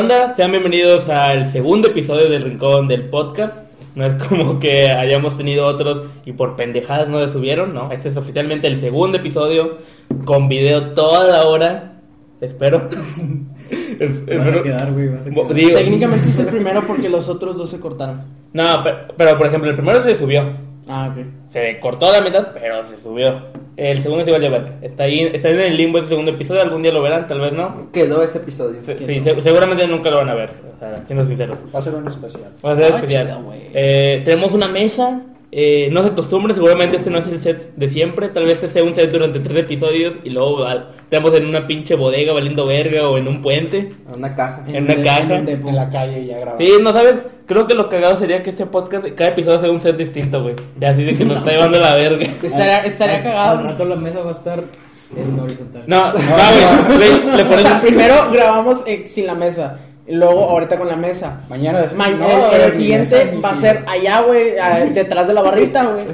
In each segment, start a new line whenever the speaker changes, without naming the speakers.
onda? Sean bienvenidos al segundo episodio del Rincón del Podcast. No es como que hayamos tenido otros y por pendejadas no se subieron, ¿no? Este es oficialmente el segundo episodio con video toda la hora. Espero. Es-
Vas a
espero-
quedar, güey, vas a
Bo-
quedar.
digo-
Técnicamente es el primero porque los otros dos se cortaron.
No, pero, pero, por ejemplo, el primero se subió.
Ah, ok.
Se cortó la mitad, pero se subió. El segundo es igual de ver. Está ahí, está en el limbo ese segundo episodio. Algún día lo verán, tal vez no.
Quedó ese episodio.
Se- sí, se- seguramente nunca lo van a ver, o sea, siendo sinceros.
Va a ser un especial.
Va a ser
Ah,
especial.
chido, güey.
Eh, tenemos una mesa. eh, no se acostumbre, seguramente este no es el set de siempre. Tal vez este sea un set durante tres episodios y luego va- estamos en una pinche bodega valiendo verga o en un puente.
Una caja.
En una
un-
caja.
un depo.
En la calle ya grabado.
Sí, no sabes. Creo que lo cagado sería que este podcast, cada episodio sea un set distinto, güey. Ya así de que nos está llevando la verga.
Estaría, estaría
Al-
cagado.
Al rato la mesa va a estar en horizontal.
No, no, güey. Le, le
O
pones.
sea, primero grabamos eh, sin la mesa. y Luego ahorita con la mesa.
Mañana después.
Ma-
No,
el, el
ni mesa,
siguiente
ni
va a
silla.
ser allá, güey, a- detrás de la barrita, güey.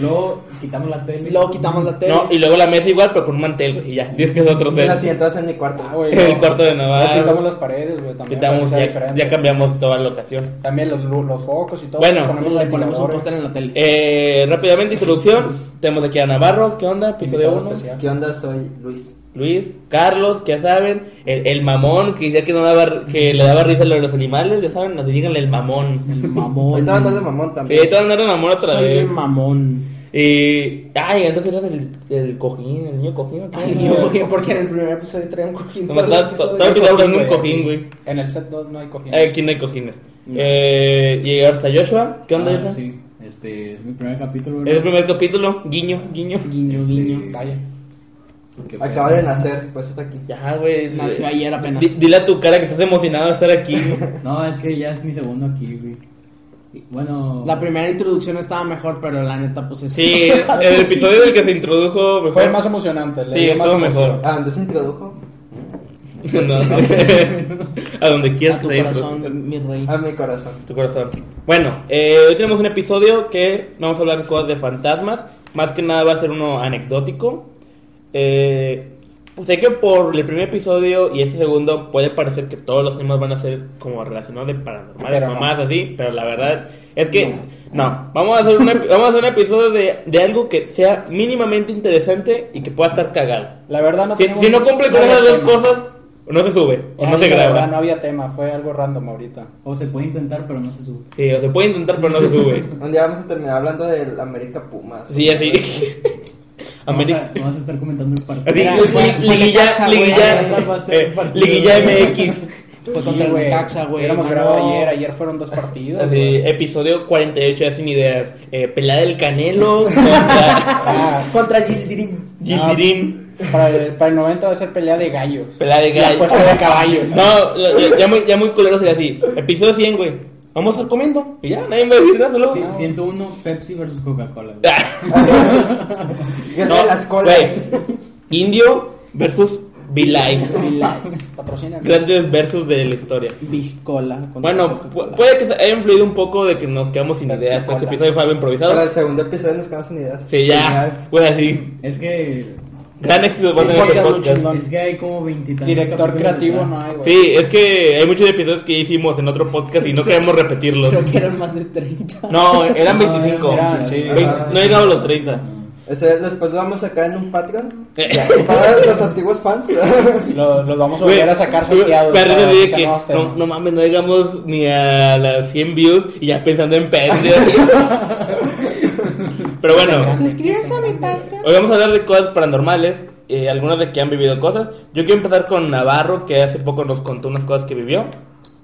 Luego quitamos la tele.
Y luego quitamos la tele.
No, y luego la mesa igual, pero con un mantel, güey. Y ya, dices que es otro
Las
set.
sientas en mi cuarto.
Ah, güey,
El
no.
cuarto de Navarro.
Luego Pintamos las paredes, güey. También para que
Quitamos,
sea
ya,
diferente.
ya cambiamos toda la locación.
También los, lu- los focos y todo.
Bueno,
ponemos
le ponemos un póster
en
en la tele.
Eh, rápidamente, introducción. Tenemos aquí a Navarro, ¿qué onda? Episodio
Invitado
1.
especial.
¿Qué onda? Soy Luis.
Luis, Carlos, que ya saben. El, el mamón, que decía que, no daba, que le daba risa a lo de los animales, ya saben, nos díganle el mamón.
mamón.
Ahorita va a andar de mamón
Sí,
también.
te van a andar de mamón otra
Soy
vez.
un mamón.
Y. Ay, entonces eras el, el cojín, el niño cojín. ¿o qué?
Ay, yo cojín, porque en el primer episodio traía un cojín.
No, todo-
el episodio.
todo el episodio
Cojín,
un cojín, güey.
En el set no, no hay cojín.
Eh, Aquí no hay cojines. Eh, y ahora está Joshua, ¿qué onda,
Ah,
Joshua?
sí, este es mi primer capítulo.
Es el primer capítulo, guiño, guiño.
Guiño,
Este,
guiño.
Vaya.
Acaba de nacer, pues está aquí.
Ya, güey.
Nació ayer apenas.
Di- dile a tu cara que estás emocionado de estar aquí.
No, es que ya es mi segundo aquí, güey. Y, Bueno,
La primera introducción estaba mejor, pero la neta, pues es.
Sí, el episodio del que se introdujo mejor.
Fue más emocionante. le
Sí,
dio más
estuvo
emoción.
mejor.
¿A dónde Ah, se introdujo?
No. a donde
A
quieras
tu
que te
corazón, mi rey.
A mi corazón.
tu corazón. Bueno, eh, hoy tenemos un episodio que vamos a hablar de cosas de fantasmas. Más que nada va a ser uno anecdótico. Eh, pues sé que por el primer episodio y este segundo puede parecer que todos los temas van a ser como relacionados de paranormales,
Pero no.
mamás así, pero la verdad es que no. Vamos a hacer un, epi- vamos a hacer un episodio de, de algo que sea mínimamente interesante y que pueda estar cagado.
La verdad no
Si,
tenemos-
si no cumple con
había
esas dos
tema.
cosas, no se sube o no
Ay,
se
la verdad, No
graba.
había tema, fue algo random ahorita.
o se puede intentar, pero no se sube.
Sí, o se puede intentar, pero no se sube.
Un día vamos a terminar hablando del América Pumas.
Sí, así.
Vamos
América.
a, vamos a estar comentando el partido.
Así,
Mira,
li-
fue- fue
liguilla,
Necaxa, güey,
liguilla,
Atlas va a estar
eh,
en partido.
liguilla MX,
Fue contra el
güey.
Necaxa, güey.
Hubiéramos
mano.
grabado ayer, ayer fueron dos partidos.
así,
güey.
episodio 48 ya sin ideas, eh, pelada del Canelo contra
Ah,
Contra Gil Dream.
Gildirim,
para, el, para el 90 va a ser pelea de gallos.
pelada de
La
gallo.
apuesta de caballos.
No, lo- ya, ya muy, ya muy culero sería así, episodio 100, güey, vamos a estar comiendo, y ya, nadie me va a decir nada, solo... Ah.
Sí,
no.
101 Pepsi versus Coca-Cola. güey.
Y el de las colas.
güey, Indio versus Vilay,
Patrocinan.
grandes versus de la historia.
Big Cola. contra
Bueno, pu-
Coca-Cola.
puede que se haya influido un poco de que nos quedamos sin ideas, pues este episodio fue algo improvisado.
Para el segundo episodio nos quedamos sin ideas.
Sí, ya.
Genial.
Güey, así.
Es que
Gran éxito va a
Es
tener este
podcast,
podcast.
chingón.
es que hay como veintitantos.
Director
capítulos
creativo
atrás.
no hay, güey.
Sí, es que hay muchos episodios que hicimos en otro podcast y no queremos repetirlos.
Creo que eran más de 30.
No, eran
No,
25.
eran-
eran, sí.
Vein-
Ajá.
No llegamos a los 30.
Ese, después lo vamos a sacar en un Patreon.
Eh.
Ya, Para los antiguos fans.
Lo- los vamos a
Güey,
volver a sacar
güey,
sorteados.
me
para
arriesgo de
que
que
sean nuevos
no,
temas.
no mames, no llegamos ni a las 100 views y ya pensando en pendejo. Pero bueno,
Suscríbanse a mi Patreon.
Hoy vamos a hablar de cosas paranormales, eh, algunas de que han vivido cosas. Yo quiero empezar con Navarro, que hace poco nos contó unas cosas que vivió.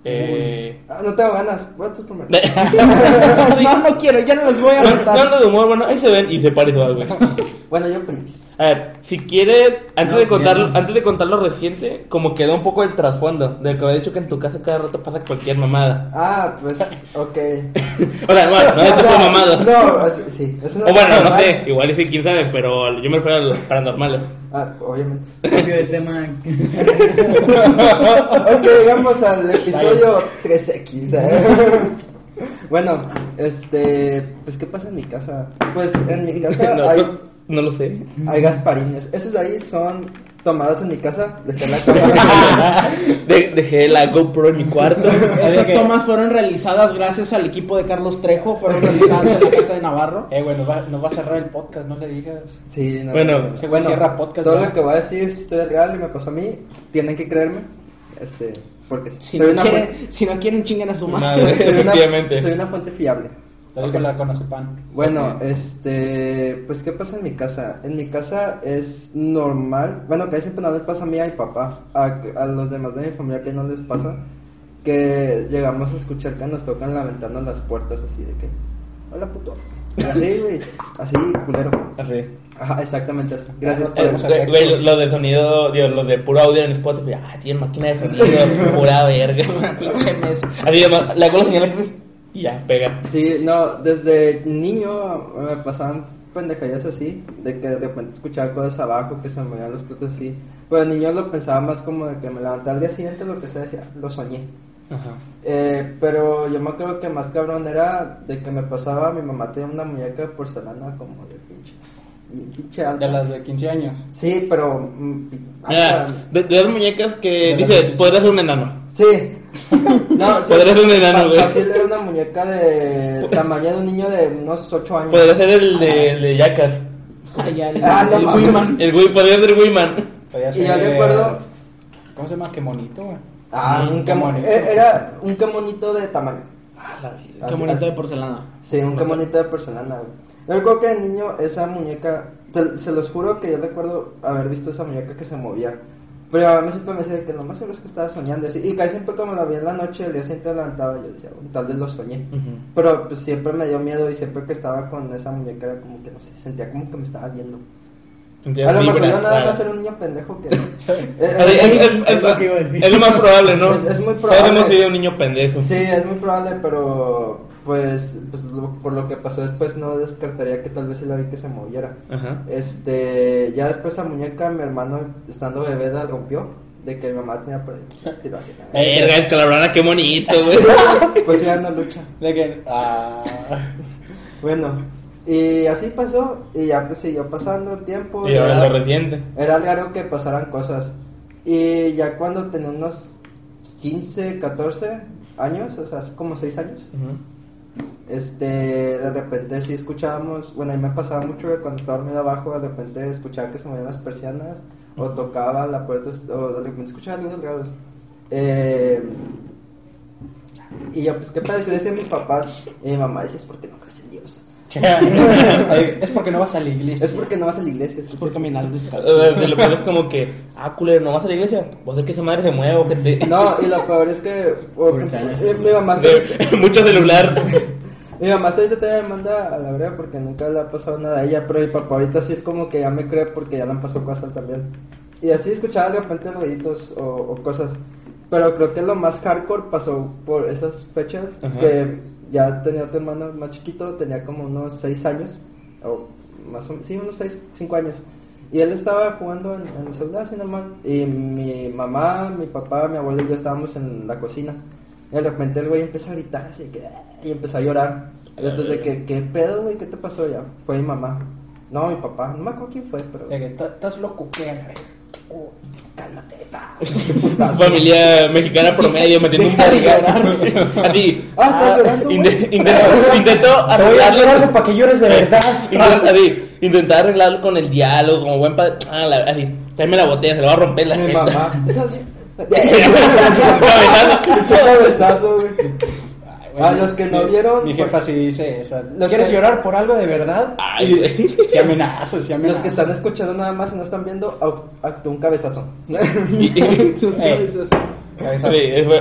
Eh...
Ah, no tengo ganas. Voy a tus primeros.
No, no quiero, ya no los voy a matar.
Tanto de humor, bueno, ahí se ven y se parece algo.
Bueno, yo Prince.
A ver, si quieres, antes,
No,
de contar,
ya no.
antes de contar lo reciente, como quedó un poco el trasfondo del que había dicho que en tu casa cada rato pasa cualquier mamada.
Ah, pues, ok.
O sea, bueno, no es
O sea,
tu mamada.
No, así- sí. Eso no
o
es
bueno, no
normal.
sé, igual sí, quién sabe, pero yo me refiero a los paranormales.
Ah, obviamente.
Cambio de tema.
Ok, llegamos al episodio 3X. ¿eh? Bueno, este. Pues, ¿qué pasa en mi casa? Pues, en mi casa
No,
hay,
no lo sé.
hay gasparines. Esos de ahí son tomadas en mi casa, dejé la cámara.
De- dejé la GoPro en mi cuarto. Eh,
Esas
que-
tomas fueron realizadas gracias al equipo de Carlos Trejo, fueron realizadas en la casa de Navarro.
Eh, güey, nos va, nos va a cerrar el podcast, no le digas.
Sí, no,
Bueno,
no, no.
se
bueno,
cierra podcast,
todo
¿no?
lo que voy a decir es todo real y me pasó a mí. Tienen que creerme. Este, porque
Si
soy,
no,
una fuente,
quieren, si no quieren, chingan a su madre.
Madre,
soy, una,
efectivamente.
soy una fuente fiable.
Te digo
Ok.
la Conacepan.
Bueno, este, pues qué pasa en mi casa. En mi casa es normal, bueno, que siempre no les pasa a mí y a mi papá, a, a los demás de mi familia que no les pasa, que llegamos a escuchar que nos tocan la ventana, las puertas, así de que, hola puto, Y así, güey, así, culero.
Así.
Ajá, exactamente así. Gracias
Eh,
por
Tenemos
güey,
efectos.
güey, los de sonido, digo, los de puro audio en Spotify, ah, tienen máquina de sonido, pura verga.
Pinche mesa.
Así llama- le hago la señal a Chris y ya, pega.
Sí, no, desde niño eh, me pasaban pendejadas así, de que de repente escuchaba cosas abajo, que se me veían los platos así. Pero de niño lo pensaba más como de que me levantaba al día siguiente, lo que sea, decía, lo soñé. Eh, pero yo me acuerdo que más cabrón era de que me pasaba, mi mamá tenía una muñeca de porcelana como de pinches, bien pinche
De
alta.
las de 15 años.
Sí, pero... mm, pi-
Mira,
alta.
Ah, de, de las muñecas
De
que
las
dices,
muñecas.
podrías ser un enano.
Sí. No, sí.
Podría ser un enano,
fa-
güey.
fácil era una muñeca de tamaño de un niño de unos 8 años.
Podría ser el de, el de Jackass.
Ah, ya, el-
Ah, no
el
mames.
Wiman.
El güey, podría ser el Wiman.
Podía
Y yo
ser,
recuerdo-
¿Cómo se llama? Qué bonito, güey.
Ah, un Ah,
Mm,
camón.
camonito.
Era un camonito de tamaño.
Qué
Así-
bonito
así-
de porcelana.
Sí, un camonito de porcelana, güey. Yo recuerdo que de niño esa muñeca, te- se los juro que yo recuerdo haber visto esa muñeca que se movía. Pero a mí siempre me decía que lo más seguro es que estaba soñando. Y, así, y casi siempre como la vi en la noche, el día siguiente me levantaba, yo decía, "Bueno, tal vez lo soñé. Pero pues siempre me dio miedo y siempre que estaba con esa muñeca era como que, no sé, sentía como que me estaba viendo.
Sentía
a lo mejor
vibras
yo nada
raras.
más era un niño pendejo que...
Así, es, es- es-
Es lo que iba a decir.
es lo más probable, ¿no?
Es- es muy
Todos
probable.
hemos sido un niño pendejo.
Sí, es muy probable, pero pues, pues lo- por lo que pasó después no descartaría que tal vez sí la vi que se moviera.
Ajá.
Este, ya después esa muñeca, mi hermano estando bebé la rompió, de que mi mamá tenía pre- tiró así, ¿no?
Eh, Verga, el calabrana, qué bonito, güey.
Pues- Pues ya no lucha.
De que. Ah.
Bueno, y así pasó, y ya pues siguió pasando el tiempo.
Y
ya-
ahora lo reciente.
Era raro que pasaran cosas. Y ya cuando tenía unos 15, 14 años, o sea, hace como 6 años, este, de repente sí escuchábamos, bueno, a mí me pasaba mucho que cuando estaba dormido abajo, de repente escuchaba que se movían las persianas, o tocaba la puerta, o de repente escuchaba ruidos raros. Eh, y yo, pues, ¿qué parecía? Decían mis papás, y mi mamá decía, es porque no crees en Dios.
es porque no vas a la iglesia.
Es porque no vas a la iglesia, es
Por caminar descalzo.
O sea, Te lo pones como que, ah, culero, no vas a la iglesia. Vos es que esa madre se mueve, gente.
No, y lo peor es que por-
Por años.
eh, mi mamá hasta ahorita-
Mucho celular.
mi mamá hasta ahorita todavía me manda a la verga porque nunca le ha pasado nada a ella, pero mi papá ahorita sí es como que ya me cree porque ya le han pasado cosas también. Y así escuchaba de repente ruiditos o, o cosas. Pero creo que lo más hardcore pasó por esas fechas
Ajá.
que ya tenía otro hermano más chiquito, tenía como unos 6 años, o más o menos, sí, unos 6, 5 años. Y él estaba jugando en, en el celular, así normal. Y mi mamá, mi papá, mi abuela y yo estábamos en la cocina. Y de repente el güey empezó a gritar, así que. Y empezó a llorar.
A
Y
la
entonces, de
verga.
que, ¿qué pedo, güey? ¿Qué te pasó ya? Fue mi mamá. No, mi papá. No me acuerdo quién fue, pero.
De que "Ta- estás loco, ¿qué? A la verga".
Oh, cálmate, pa.
Familia mexicana promedio metiendo un
Deja de
vergazo. Así.
Ah, estás llorando, güey.
Inde- intento, intento
Te voy a hacer
arreglarlo-
algo para que llores de verdad.
Ah,
Intenta- así, intentar arreglarlo con el diálogo, como buen padre. Ah, la- así, tráeme la botella, se la va a romper la
Mi
jeta.
mamá. Estás bien.
Cabezazo.
Pinche cabezazo, güey. A ah, los que no
Mi-
vieron,
Mi
por-
jefa sí dice esa.
Los
¿Quieres
que-
llorar por algo de verdad?
Ay, güey.
Si amenazas, si amenazas.
Los que están escuchando nada más y no están viendo, au- actuó un cabezazo.
Su
Eh,
cabeza.
Cabeza.
Sí, fue- fue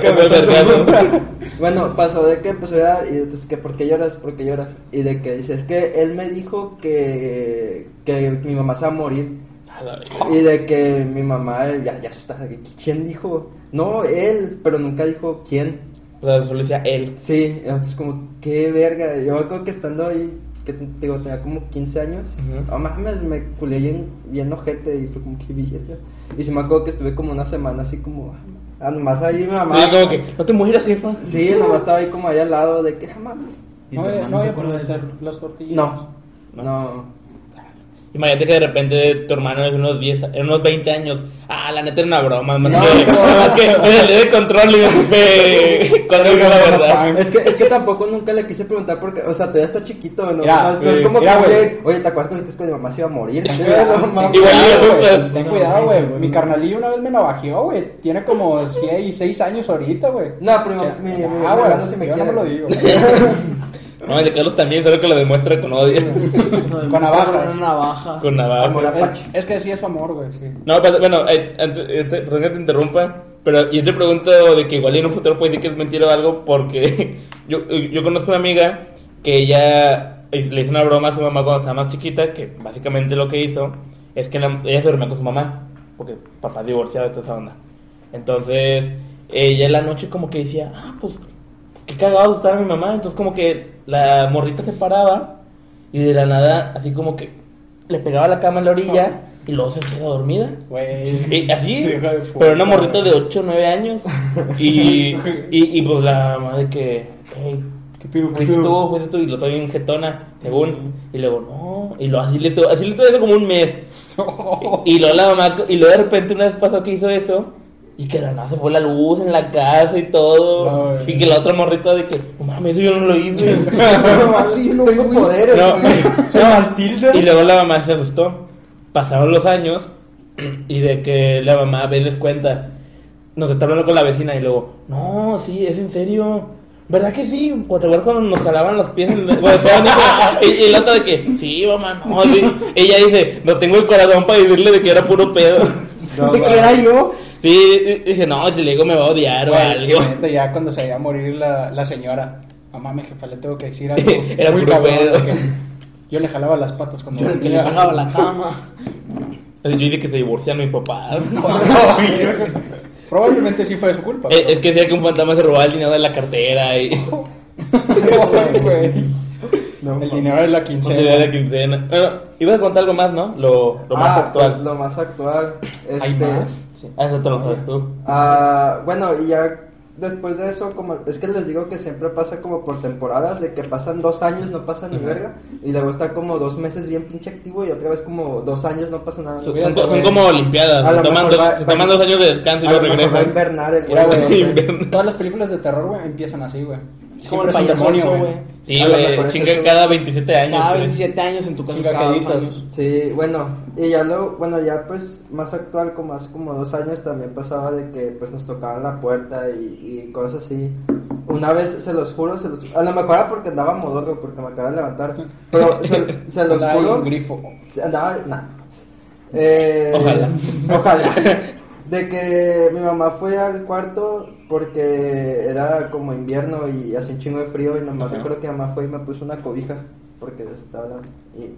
Cabezazo.
vergazo.
bueno, pasó de que empezó a llorar y entonces que por qué lloras, por qué lloras. Y de que dice, es que él me dijo que, que mi mamá se va a morir.
A la verga.
Y de que mi mamá eh, ya, ya asustada, de que, ¿quién dijo? No, él, pero nunca dijo quién.
O sea, solo decía él.
Sí, entonces como, qué verga. Yo me acuerdo que estando ahí, que te digo, tenía como 15 años,
Ujú.
no mames, me culé bien, bien ojete y fue como que verga. Y se me acuerdo que estuve como una semana así como, ah, nomás ahí mi mamá.
Sí, como que, no te mueras, jefa.
Sí, nomás estaba ahí como ahí al lado de que, ah, mami.
Y
No,
tu
eh,
hermano
no
se
había
acuerda
podido
de eso.
hacer las tortillas.
No, no.
Yo Imagínate que de repente tu hermano es unos 10, en unos 20 años. Ah, la neta era una broma. Más
No,
que,
no.
más que me salí de control y me supe cuál era la verdad.
Es que, es que tampoco nunca le quise preguntar porque, o sea, todavía está chiquito, ¿no?
Mira,
no, es- no es
sí.
como
Mira,
que,
güey.
oye, oye, ¿te acuerdas cuando dijiste que mi mamá se iba a morir? Sí, no, mames.
Igual y
Cuidado,
asustas.
güey. Ten cuidado, güey. Mi carnalillo una vez me navajeó, güey. Tiene como 6 años ahorita, güey.
No, pero mi
Ya,
mamá- mi, mi,
ya,
mi
güey,
mamá no se me
yo
quiere.
no me lo digo.
No, el de Carlos también, solo que lo demuestra con odio,
Con navajas.
Con una navaja.
con navaja.
Amor
es,
apache.
es que sí es su amor, güey. Sí.
No, pues, bueno, eh, antes- eh, te- perdón que te interrumpa, pero yo te pregunto de que igual y en un futuro puede decir que es mentira o algo, porque yo, eh, yo conozco una amiga que ella eh, le hizo una broma a su mamá cuando estaba más chiquita, que básicamente lo que hizo es que la- ella se dormía con su mamá, porque papá es divorciado y toda esa onda. Entonces, ella en la noche como que decía, ah, pues, qué cagado estaba mi mamá, entonces como que la morrita se paraba y de la nada, así como que le pegaba la cama en la orilla y luego se quedaba dormida.
Güey.
Y así,
Sí, hija de puta,
pero una morrita de
güey.
8 o 9 años. Y, y, y, pues la madre que, hey,
¿Qué pido, qué
fuiste
pido?
tú, fuiste tú, y lo trae bien jetona, según. Y luego, no, y lo así le estuvo, así le estuvo como un mes. Y luego la mamá, y luego de repente una vez pasó que hizo eso. Y que de la nada se fue la luz en la casa y todo.
Ay.
y que la otra morrita de que, no mames, eso yo no lo hice.
No, mames, tengo poderes,
No.
güey.
Soy Matilda.
Y luego la mamá se asustó. Pasaron los años y de que la mamá a veces cuenta, nos está hablando con la vecina y luego, no, sí, es en serio. ¿Verdad que sí? Cuando te acuerdas cuando nos jalaban los pies. en el- cuando estaban niños? y, y la otra de que, sí, mamá, no. sí". Ella dice, no tengo el corazón para decirle de que era puro pedo.
No,
¿De
mames.
qué era yo?
Sí, y- y dije, no, si le digo me va a odiar o
Güey,
algo.
que neta, ya cuando se iba a morir la, la señora, mamá, mi jefa, le tengo que decir algo.
Era
muy
puro
cabrón,
pedo.
porque Yo le jalaba las patas cuando
Yo que le bajaba la cama.
Yo dije que se divorcian mis papás.
Probablemente sí fue de su culpa.
Eh, es, es que decía que un fantasma se robaba el dinero de la cartera y...
pero- Güey.
No,
El
mames.
dinero de la
Sí, era Pues, la
quincena.
quincena. Bueno, ibas a contar algo más, ¿no? Lo, lo más
Ah,
actual.
pues, lo más actual. Este,
¿Hay más?
Sí. Ah, eso te lo sabes tú.
Ah, bueno, y ya después de eso, como es que les digo que siempre pasa como por temporadas, de que pasan dos años, no pasa ni
Ajá.
verga, y luego está como dos meses bien pinche activo y otra vez como dos años no pasa nada.
Son,
Mira,
son
Cuídate,
son
güey.
como olimpiadas.
Pues, A
Se
lo
toman,
mejor
dos-
va-
se toman dos años de descanso y
a lo
luego
mejor va a
regresan.
invernar el
Mira,
güey.
güey,
no
o
sé.
sea, todas las películas de terror, güey, empiezan así, güey.
Como el
Siempre es un
payaso,
demonio,
güey.
Sí,
A lo mejor
güey.
es
Chingan
eso.
cada 27 años.
Cada
güey.
27 años en tu casa,
Nunca
cada dos
queditas.
años.
Sí, bueno, y ya lo, bueno, ya pues más actual, como hace como dos años también pasaba de que pues nos tocaban la puerta y, y cosas así. Una vez, se los juro, se los, a lo mejor era porque andaba modorro, porque me acababa de levantar, pero se, se los
Andaba ahí
juro,
un grifo.
se andaba, nah. Eh,
Ojalá.
Ojalá. De que mi mamá fue al cuarto porque era como invierno y hacía un chingo de frío y nomás
Ajá.
recuerdo que mi mamá fue y me puso una cobija porque estaba y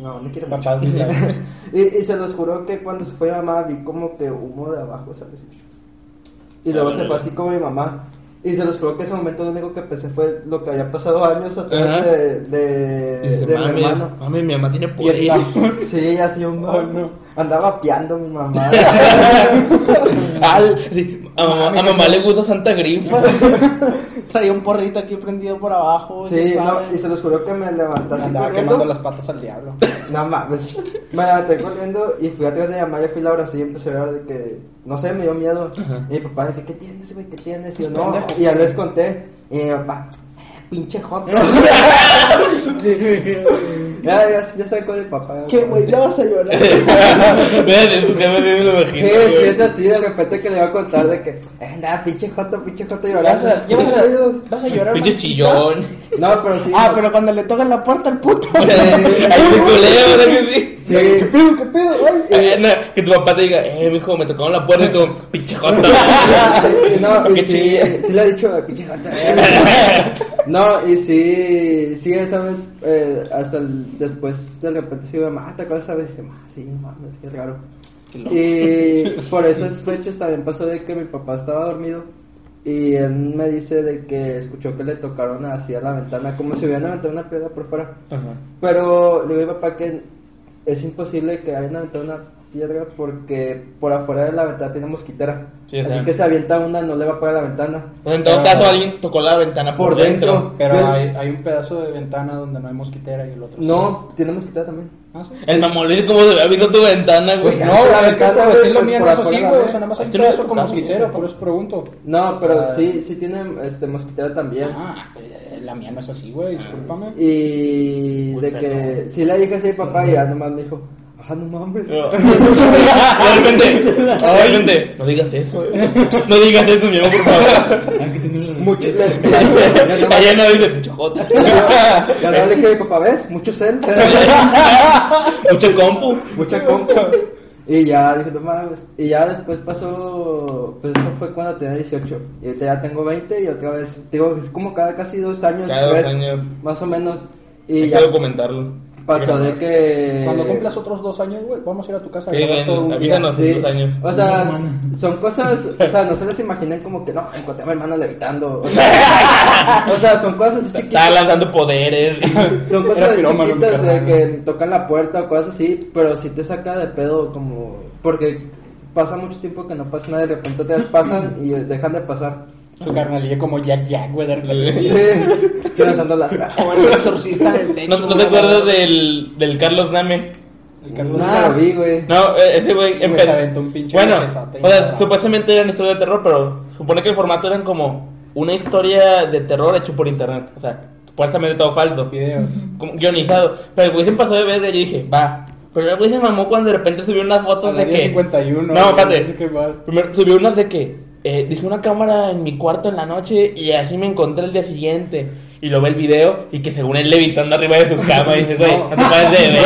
no, no quiero mucho.
Papá, mira.
Y, y se los juro que cuando se fue mi mamá vi como que humo de abajo, ¿sabes? Y luego se fue así como mi mamá. Y se los juro que ese momento lo único que pensé fue lo que había pasado años atrás
Ajá.
de, de,
Y dice,
de mi
mami,
hermano.
mami, mi mamá tiene
Y
poder.
el-
Sí, así un
Oh, no.
Andaba piando mi mamá.
Al- sí, a, mamá, a mamá le gusta Santa Grifa.
Traía un porrito aquí prendido por
pues,
abajo.
Sí,
¿quién
no,
sabe?
y se los juro que me levanté así
Andaba quemando las
corriendo.
patas al diablo.
No mames. Me levanté corriendo y fui atrás de mi mamá, yo fui la hora y empecé a llorar de que, no sé, me dio miedo.
Ajá.
Y mi papá, de que, ¿qué tienes, güey? ¿Qué tienes? Y yo,
Pues,
no.
pendejo.
Y ya les conté. Y mi papá, "Eh, pinche joto. ya, ya, ya sacó de papá.
¿Qué, güey? Ya vas a llorar.
Ve, tu jefe tiene lo
Sí, sí, es así, de repente que le va a contar de que, eh, nada, pinche joto, pinche joto llorando.
Vas a- ya vas a-
Oídos.
Vas a llorar.
Pinche
manchita.
chillón.
No, pero sí.
Ah, pero cuando le tocan la puerta al puto.
Sí.
Ay, mi culero, ¿verdad que sí?
Sí.
¿Qué pedo? ¿Qué pedo? güey?
Eh, no, que tu papá te diga, eh, mijo, me tocaron la puerta y tú, pinche jota.
Sí, no, y
Qué
sí,
chilla.
sí le ha dicho pinche jota, eh". No, y sí, sí, esa vez, eh, hasta el- después de repente sí me mata, cosas a veces, sí, no mames, qué raro. Y por esas fechas también pasó de que mi papá estaba dormido y él me dice de que escuchó que le tocaron así a la ventana, como si hubieran aventado una piedra por fuera.
Ajá.
Pero le digo a mi papá que es imposible que hayan aventado una piedra porque por afuera de la ventana tiene mosquitera.
Sí, o
Así
sea.
que si avienta una no le va a pegar a la ventana.
Pues en todo
Ah.
caso, alguien tocó la ventana por,
Por
dentro.
dentro.
Pero
Pero-
hay, hay un pedazo de ventana donde no hay mosquitera y el otro sí.
No, tiene mosquitera también.
Ah, sí.
El mamón le dice cómo se había visto tu ventana, güey.
Pues
No,
ya.
la vez que
Pues,
te decir lo
pues,
mío no
por
es así,
afuera,
güey.
¿eh?
O sea, nada más hay un
Este no es
pedazo
tu
con
caso,
mosquitero,
¿no?
por eso pregunto.
No, pero
Ah.
sí, sí tiene este mosquitera también.
Ah, eh, la mía no es así, güey, discúlpame.
Y
Puta,
de que si le dije así a mi papá y ya nomás me dijo, ah, no mames.
Pero- De repente, de repente, no digas eso. No digas eso, mi amor, por favor.
Hay Ah, que tener la
Mucho,
respuesta.
le- le- le- nomás-
Allá no dice mucho jota.
Ya no le dije a mi papá, ¿ves? Mucho cel.
Mucho compu.
Mucha compra. Y ya dije, no mames. Y ya después pasó. Pues eso fue cuando tenía 18. Y ahorita ya tengo 20. Y otra vez, digo, es como cada casi dos años,
Cada dos
tres,
años.
más o menos. Y
Hay
ya
que documentarlo.
pasó de que.
Cuando cumplas otros dos años, güey, vamos a ir a tu casa.
Sí,
a grabar
ven,
todo un día.
avísanos. otros dos años.
O sea,
Una semana.
son cosas. O sea, no se les imaginen como que no, encontré a mi hermano levitando. O sea, o sea, son cosas así
Está
chiquitas.
lanzando poderes.
Son
Era
cosas
pirómano, mi
chiquitas de
carnal.
que tocan la puerta o cosas así, pero si te saca de pedo como... Porque pasa mucho tiempo que no pasa nada, de repente te las pasan y dejan de pasar.
Tu carnalillo como Jack Jack, güey, de repente.
Sí, yo lanzando las...
Como Ah, el exorcista en el
¿No,
techo.
no te
güey.
acuerdas del, del Carlos Name?
El Carlos
Nunca lo vi, güey.
No, eh, ese güey
Güey,
empe-
se aventó un pinche
Bueno,
besote y
o sea,
nada.
supuestamente eran historias de terror, pero supone que el formato eran como una historia de terror hecho por internet. O sea, supuestamente todo falso,
videos.
como guionizado. Pero el güey se pasó de verde y yo dije, va. Pero el güey se mamó cuando de repente subió unas
A
fotos
la
de que.
10:51,
No,
parece que
espérate.
va.
Primero subió unas de que. eh, dejé una cámara en mi cuarto en la noche y así me encontré el día siguiente. Y lo ve el video y que según él levitando arriba de su cama, y dice, güey, no te pases de verga".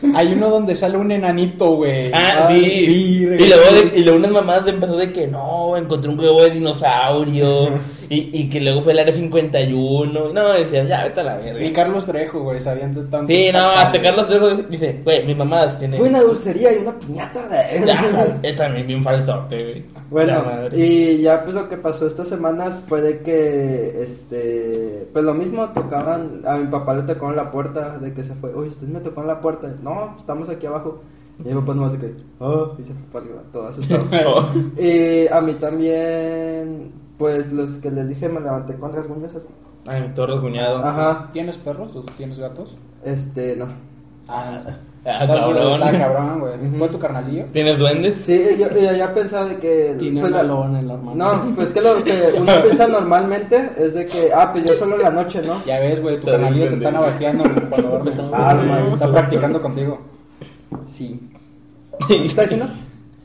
Pues, hay uno donde sale un enanito, güey.
Ah,
Ay,
sí.
virga.
Y luego, de- y luego unas mamadas de empezó de que no, encontré un huevo de dinosaurio. y, y que luego fue el área 51. No, decía, ya, vete a la
Ni
verga.
Carlos Trejo, güey, sabiendo tanto. Ah,
Sí, no, hasta Carlos Trejo dice, güey, mi mamá tiene.
Fue una dulcería y una piñata
Ya,
de...
es también bien falsote, güey. La
Bueno,
madre.
y ya pues lo que pasó estas semanas fue de que, este, pues lo mismo tocaban, a mi papá le tocaron la puerta de que se fue, oye, ustedes me tocaron la puerta, no, estamos aquí abajo. Y mi papá nomás de que, ah, y se fue para arriba, todo asustado.
Oh.
y a mí también, pues los que les dije me levanté con rasguños así.
Ay, todo rasguñado.
Ajá,
¿Tienes perros o tienes gatos?
este, no.
Ah,
Ah, cabrón.
Ah, cabrón, güey.
Ujú.
¿Fue tu carnalillo?
¿Tienes duendes?
Sí, yo, yo ya pensaba de que...
Tiene
pues,
un
la-
balón en la mano.
No, pues que lo que uno piensa normalmente es de que, ah, pues yo solo en la noche, ¿no?
Ya ves, güey, tu
Está bien
carnalillo te
pendejo.
está navajeando güey, cuando duermes.
Ah, no mames.
Está practicando contigo.
Sí. ¿Qué está diciendo?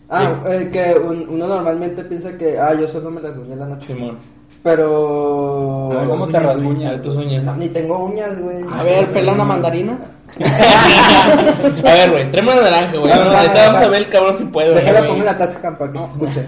Ah, eh, que un- uno normalmente piensa que, ah, yo solo me rasguñé en la noche.
Simón.
Pero.
A ver,
¿Cómo
tus
te
uñas,
A ver
rasguñas?
tus uñas.
No, ni tengo uñas, güey.
A ver, pela una mandarina.
a ver, güey, tráeme una naranja, güey.
A ver,
No,
va,
ahorita
va,
vamos
va.
a ver el cabrón si puedo.
Déjala
güey.
pongo en la taza campa que se escuche.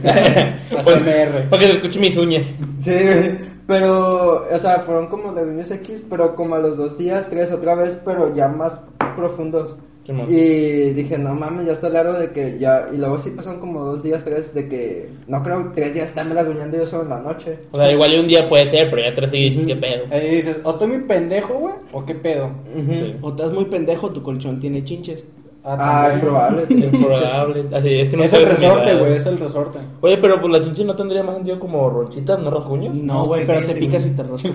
Pues,
ASMR.
Para que se escuchen mis uñas.
Sí, güey. Pero, o sea, fueron como rasguños X, pero como a los dos días, tres otra vez, pero ya más profundos.
Simón.
Y dije, no mames, ya está largo de que ya. Y luego sí pasaron como dos días, tres, de que. No creo tres días estarme rasguñando yo solo en la noche.
O sea, igual y un día puede ser, pero ya tres y dices, ¿qué pedo?
Eh, dices, o estoy muy pendejo, güey, o qué pedo.
Ujú.
Sí.
O te das muy pendejo, tu colchón tiene chinches.
Ah, es
también.
probable. tiene
Es
chinches.
probable. Así, es que no
Es el
puedes
resorte,
olvidar.
güey, es el resorte.
Oye, pero pues la chinche no tendría más sentido como ronchitas, ¿no rasguños?
No, güey,
Pero te
cállate,
picas
güey.
y te roscas.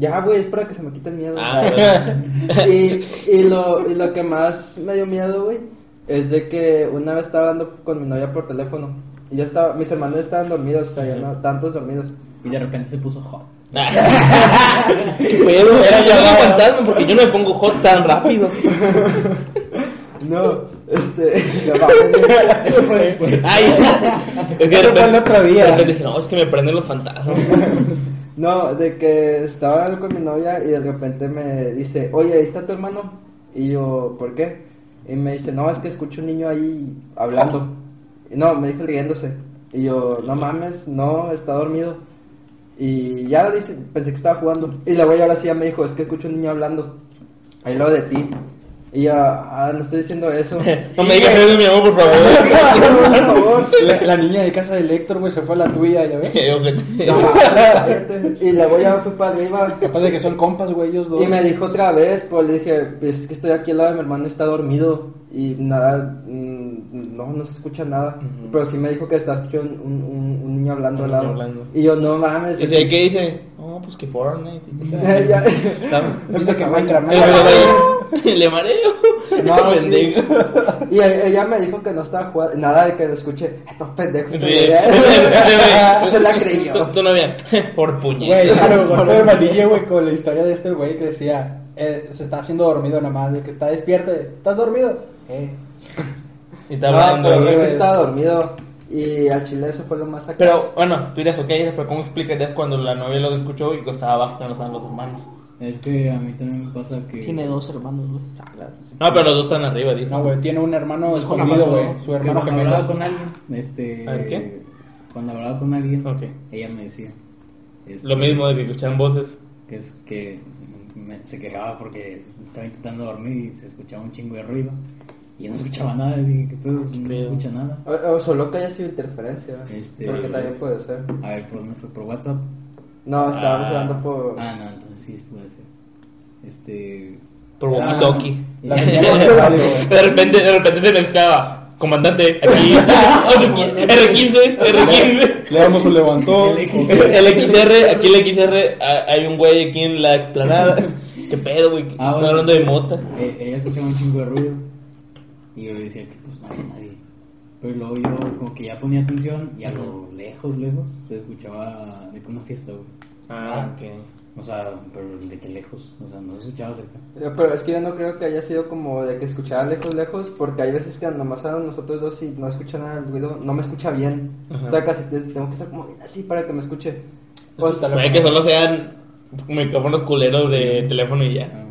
Ya, güey, es para que se me quite el miedo.
Ah, pero-
y, y, lo, y lo que más me dio miedo, güey, es de que una vez estaba hablando con mi novia por teléfono. Y yo estaba, mis hermanos estaban dormidos, o sea, ya no, tantos dormidos.
Y de repente se puso hot.
¿Qué pedo? Era yo un fantasma porque yo no me pongo hot tan rápido.
No, este, ya va, güey. eso fue después.
Ay, es
Eso fue el otro día.
de repente dije, no, es que me prenden los fantasmas.
No, de que estaba hablando con mi novia y de repente me dice, oye, ahí está tu hermano. Y yo, ¿por qué? Y me dice, no, es que escucho un niño ahí hablando. Y no, me dijo riéndose. Y yo, no mames, no, está dormido. Y ya le dice, pensé que estaba jugando. Y la güey ahora sí ya me dijo, es que escucho un niño hablando. Ahí lo de ti. Y Y yo, ah, no estoy diciendo eso.
No me digas eso, mi amor, por favor.
Por favor.
La, la niña de casa del Héctor, güey, se fue a la tuya, ya ves.
No,
Ojete.
cállate. Y luego ya fui para arriba.
Capaz de que son compas, güey, ellos dos.
Y me dijo otra vez, pues le dije, es que estoy aquí al lado de mi hermano y está dormido. Y nada, mm, no, no se escucha nada.
Ujú.
Pero sí me dijo que está escuchando un, un- un niño hablando
Un
al lado.
niño hablando.
Y yo, no mames.
Y dice, ¿Qué dice? No, pues que Fortnite.
Ya.
Dame.
Pues Dice que Minecraft,
Ay,
¿no?
güey, güey. Le mareo.
No, pues, sí.
pendejo.
Y e- ella me dijo que no estaba jugando, nada de que lo escuché. Estos pendejos.
Sí.
este güey". Se la
Tu,
creyó.
tu novia. Por puñet.
Güey, a lo mejor me maquillé, güey, con la historia de este güey que decía, eh, se está haciendo dormido nada más, de que está despierto, ¿estás dormido? Eh.
Y está
No,
hablando.
pero es que
güey.
estaba dormido. Y al chile eso fue lo más acá.
Pero bueno, tú dirás, ok, pero ¿cómo explicarías cuando la novia lo escuchó y que estaba abajo, que no estaban los hermanos?
Es que a mí también me pasa que.
Tiene dos hermanos, güey. Ah,
No, pero los dos están arriba, dijo.
No, güey, tiene un hermano
con la
escondido,
basura,
güey, su
que
hermano
cuando hablaba
gemelo.
con alguien, este.
¿A ver, qué?
Cuando hablaba con alguien,
Ok.
ella me decía. este,
Lo mismo de que escuchan voces.
Que, es, que me- se quejaba porque estaba intentando dormir y se escuchaba un chingo de ruido. Y yo no escuchaba nada. Y dije, ¿qué pedo? No se
pedo?
escucha nada.
O, o solo que haya sido interferencia.
Este-
Porque también puede ser.
A ver, ¿por dónde fue? ¿Por WhatsApp?
No, estábamos
Ah.
hablando por.
Ah, no, entonces sí puede ser. Este.
Por
Ah,
walkie talkie.
la
De repente, de repente se mezclaba. Comandante, aquí. otro qui- R15, R15.
Le damos un levantón.
El X.
El XR, aquí el XR, ah, hay un güey aquí en la explanada. ¿Qué pedo, güey?
Ah,
Están
bueno,
hablando
sí.
de mota.
Eh, ella escuchaba un chingo de ruido. Y yo le decía que pues no había nadie. Pero luego yo como que ya ponía atención y a lo lejos, lejos, se escuchaba de que una fiesta, güey.
Ah, ok.
O sea, pero de que lejos, o sea, no se escuchaba cerca.
Eh, Pero es que yo no creo que haya sido como de que escuchara lejos, lejos, porque hay veces que nomás a nosotros dos y no escucha nada el ruido, no me escucha bien.
Ajá.
O sea, casi te- tengo que estar como bien así para que me escuche. Pues, O sea,
Puede que solo sean micrófonos culeros de teléfono y ya.
Ah,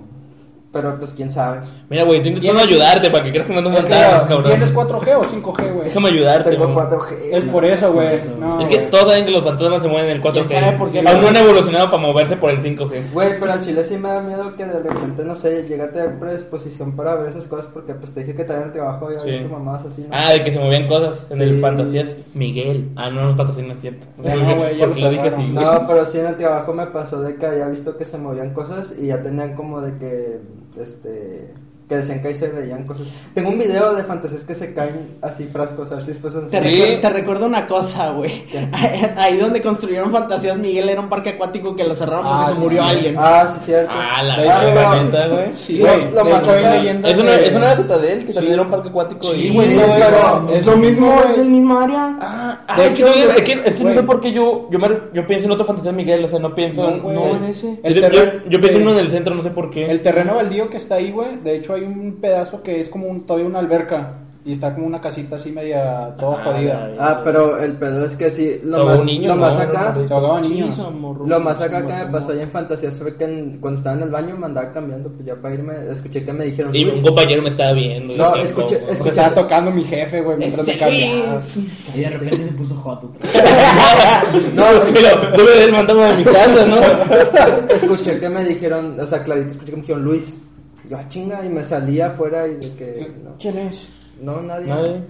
pero pues quién sabe.
Mira, güey, estoy intentando ayudarte para que creas que no te
Es que,
fantasmas,
¿Tienes
cabrón.
4G o 5G, güey?
Déjame ayudarte,
Tengo
mamá.
4G.
Es por eso, güey. No,
Es que
güey.
todos saben que los fantasmas se mueven en el 4G.
¿Quién sabe por qué?
Aún no han evolucionado para moverse por el 5G.
Güey, pero al chile sí me da miedo que de repente, no sé, llegaste a predisposición para ver esas cosas, porque pues te dije que también el trabajo había
Sí.
visto mamadas así, ¿no?
Ah, de que se movían cosas en
Sí.
el fantasías. Miguel. Ah, no nos patrocinan, cierto.
Ya no, güey, ya
Porque
lo
lo dije así.
cerraron.
güey.
No, pero sí en el trabajo me pasó de que había visto que se movían cosas y ya tenían como de que, este, que decían que ahí se veían cosas. Tengo un video de fantasías que se caen así frascos, a ver si después son
Te, recuerdo, te recuerdo una cosa, güey. Ahí donde construyeron Fantasías Miguel era un parque acuático que lo cerraron porque
Ah,
se
sí,
murió
sí.
alguien.
Ah, sí, cierto.
Ah, la
Ah,
verga,
pero-
la neta, güey.
Sí,
Güey,
Güey,
lo
de
más
Joy
acá-
Leyenda
Es una,
de-
es una anécdota de él que
Sí.
también era un parque acuático.
Sí,
y-
güey,
Sí,
no, es,
pero-
es lo mismo,
es el
güey.
mismo área.
Ah,
De
ah, es que
hecho,
no, es
güey,
que, es que no
güey.
sé por qué yo, yo, me- yo pienso en otro fantasía de Miguel, o sea, no pienso
No,
en,
güey.
no,
en ese.
Yo,
El
yo-
terreno-
yo pienso en
eh,
uno en el centro, no sé por qué.
El terreno baldío que está ahí, güey, de hecho hay un pedazo que es como un, todavía una alberca y está como una casita así media toda
Ah,
jodida.
Ah, pero el pedo es que sí, lo
Todo
más,
un niño,
lo
no,
más
no,
acá...
no, no.
Se ahogaban niños.
Sí, morro.
Lo más acá que
Guatemala.
me pasó allá en fantasías fue que en- cuando estaba en el baño me andaba cambiando, pues ya para irme, escuché que me dijeron...
Y un compañero me estaba viendo. y
pues. No,
dije,
escuché-
"Cómo".
escuché-
Que Pues estaba tocando mi jefe, güey, mientras me
Ese
cambiaba.
güey.
Y de repente se puso hot otra vez.
No, pero tú me ves mandando a mi casa, ¿no?
escuché que me dijeron, o sea, clarito, escuché que me dijeron Luis. Yo, ah, chinga, y me salí afuera y de que. No,
¿Quién es?
no, nadie.
Nadie.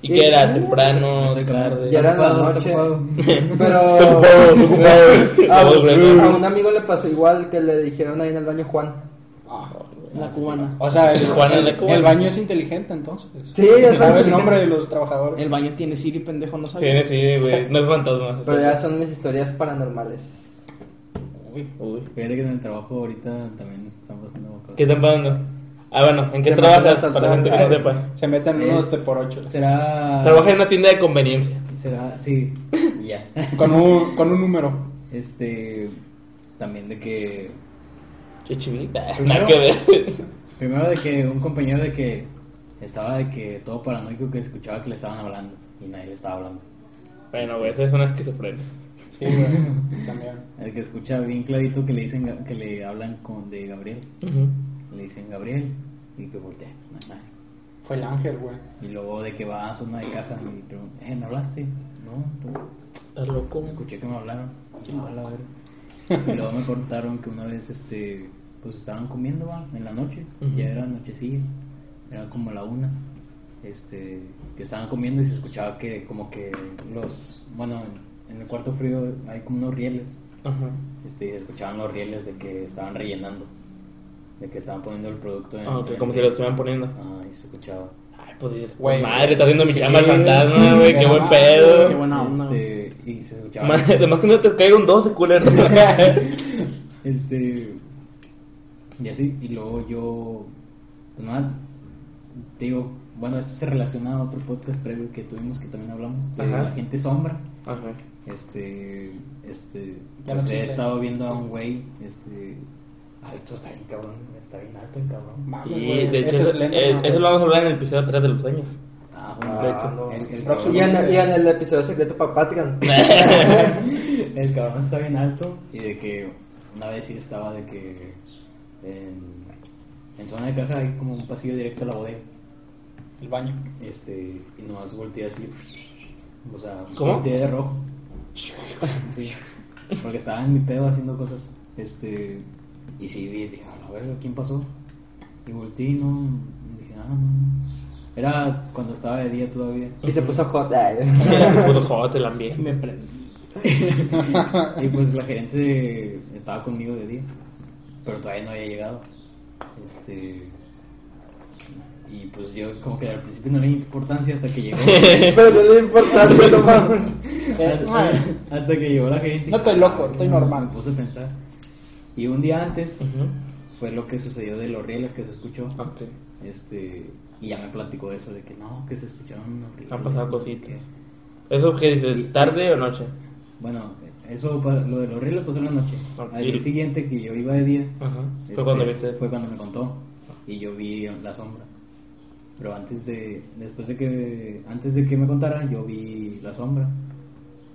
¿Y qué era? ¿Temprano?
Estoy caminando.
¿Tarde?
Ya era la
Ocupado,
noche.
ocupado.
Pero.
Ocupado, ocupado.
A,
Vamos, güey.
a un amigo le pasó igual que le dijeron ahí en el baño Juan.
La cubana.
O sea, el,
Juan en la
el-
Cuba.
el baño es inteligente entonces.
Sí, es
Sabe
inteligente.
el nombre de los trabajadores.
El baño tiene Siri, pendejo, no
Sí,
sabía.
sí, güey. No es fantasma.
Pero ya son mis historias paranormales.
Uy, uy.
Fíjate que en el trabajo ahorita también están pasando cosas.
¿Qué está pasando? Ah, bueno, ¿en qué
Se me
trabajas?
acaba de
Para la gente que no
saltar.
sepa.
Se meten unos de
Es-
por ocho.
Será.
Trabaja en una tienda de conveniencia.
Será, sí, y ya.
Con un, con un número.
Este. También de que.
Chichivita. Nada
Primero-
que ver.
Primero de que un compañero de que estaba de que todo paranoico que escuchaba que le estaban hablando y nadie le estaba hablando.
Bueno, güey, eso es una esquizofrenia.
Sí, güey, también.
El que escucha bien clarito que le dicen Ga- que le hablan con de Gabriel, le dicen Gabriel y que voltea, no hay nadie.
Fue el ángel, güey.
Y luego de que va a zona de caja y pregunta, eh, ¿me hablaste? No, no,
Estás loco.
escuché que me hablaron. Ah, la verga. Y luego me contaron que una vez este pues estaban comiendo va, en la noche,
Ujú.
ya era nochecilla, era como la una, este, que estaban comiendo y se escuchaba que como que los, bueno, en, en el cuarto frío hay como unos rieles,
Ajá.
este, y se escuchaban los rieles de que estaban rellenando, de que estaban poniendo el producto en...
Ah, ok,
en-
como si lo estuvieran poniendo.
Ah, y se escuchaba.
Ay, pues dices,
Güey,
madre, está haciendo mi
sí.
chamba el fantasma, güey, qué buen
Ah,
pedo.
Qué buena onda.
Este, y se escuchaba...
Más- Además que no te caiga un 12, culero.
Este. Y así, y luego yo. Pues nada, te digo, bueno, esto se relaciona a otro podcast previo que tuvimos que también hablamos, de
Ajá.
la gente sombra.
Ajá.
Este. Este.
Ya
Pues
no
he
existe.
estado viendo a un güey, este. Alto, está bien cabrón, está bien alto el cabrón.
Mames,
Y
güey,
de hecho,
ese
eso,
es Lennon,
eh,
güey.
eso lo vamos a hablar en el episodio 3 de los sueños.
Ah,
de
bueno,
hecho,
no.
el, el
Y
cabrón,
en, el- y en el episodio secreto para Patreon.
el cabrón está bien alto y de que una vez sí estaba de que en, en zona de caja hay como un pasillo directo a la bodega.
El baño.
Este, y nomás volteé así. O sea,
¿Cómo?
volteé de rojo. Sí. Porque estaba en mi pedo haciendo cosas. Este, y sí, vi, dije, a la verga, ¿quién pasó? Y volteé y no. Dije, ah, no. Era cuando estaba de día todavía.
Y se puso hot. ay.
Puto jote, el ambiente.
Me prendí.
Y pues la gerente estaba conmigo de día, pero todavía no había llegado. Este. Y pues yo, como que al principio no le di importancia hasta que llegó.
Pero no le importa, no mames.
hasta, hasta que llegó la gerente.
Ah. No estoy loco, estoy normal.
"Mm, Me puse a pensar. Y un día antes
Ujú.
fue lo que sucedió de los rieles que se escuchó.
Ok.
Este. Y ya me platicó eso de que no, que se escucharon unos rieles.
Han pasado
no sé
cositas.
qué.
¿Eso qué dices? ¿Tarde o noche?
Bueno, eso, pa- lo de los rieles pasó en la noche.
Ok.
Al día siguiente que yo iba de día.
Ajá. Fue
Este,
cuando viste eso.
Fue cuando me contó y yo vi la sombra. Pero antes de, después de que, antes de que me contara, yo vi la sombra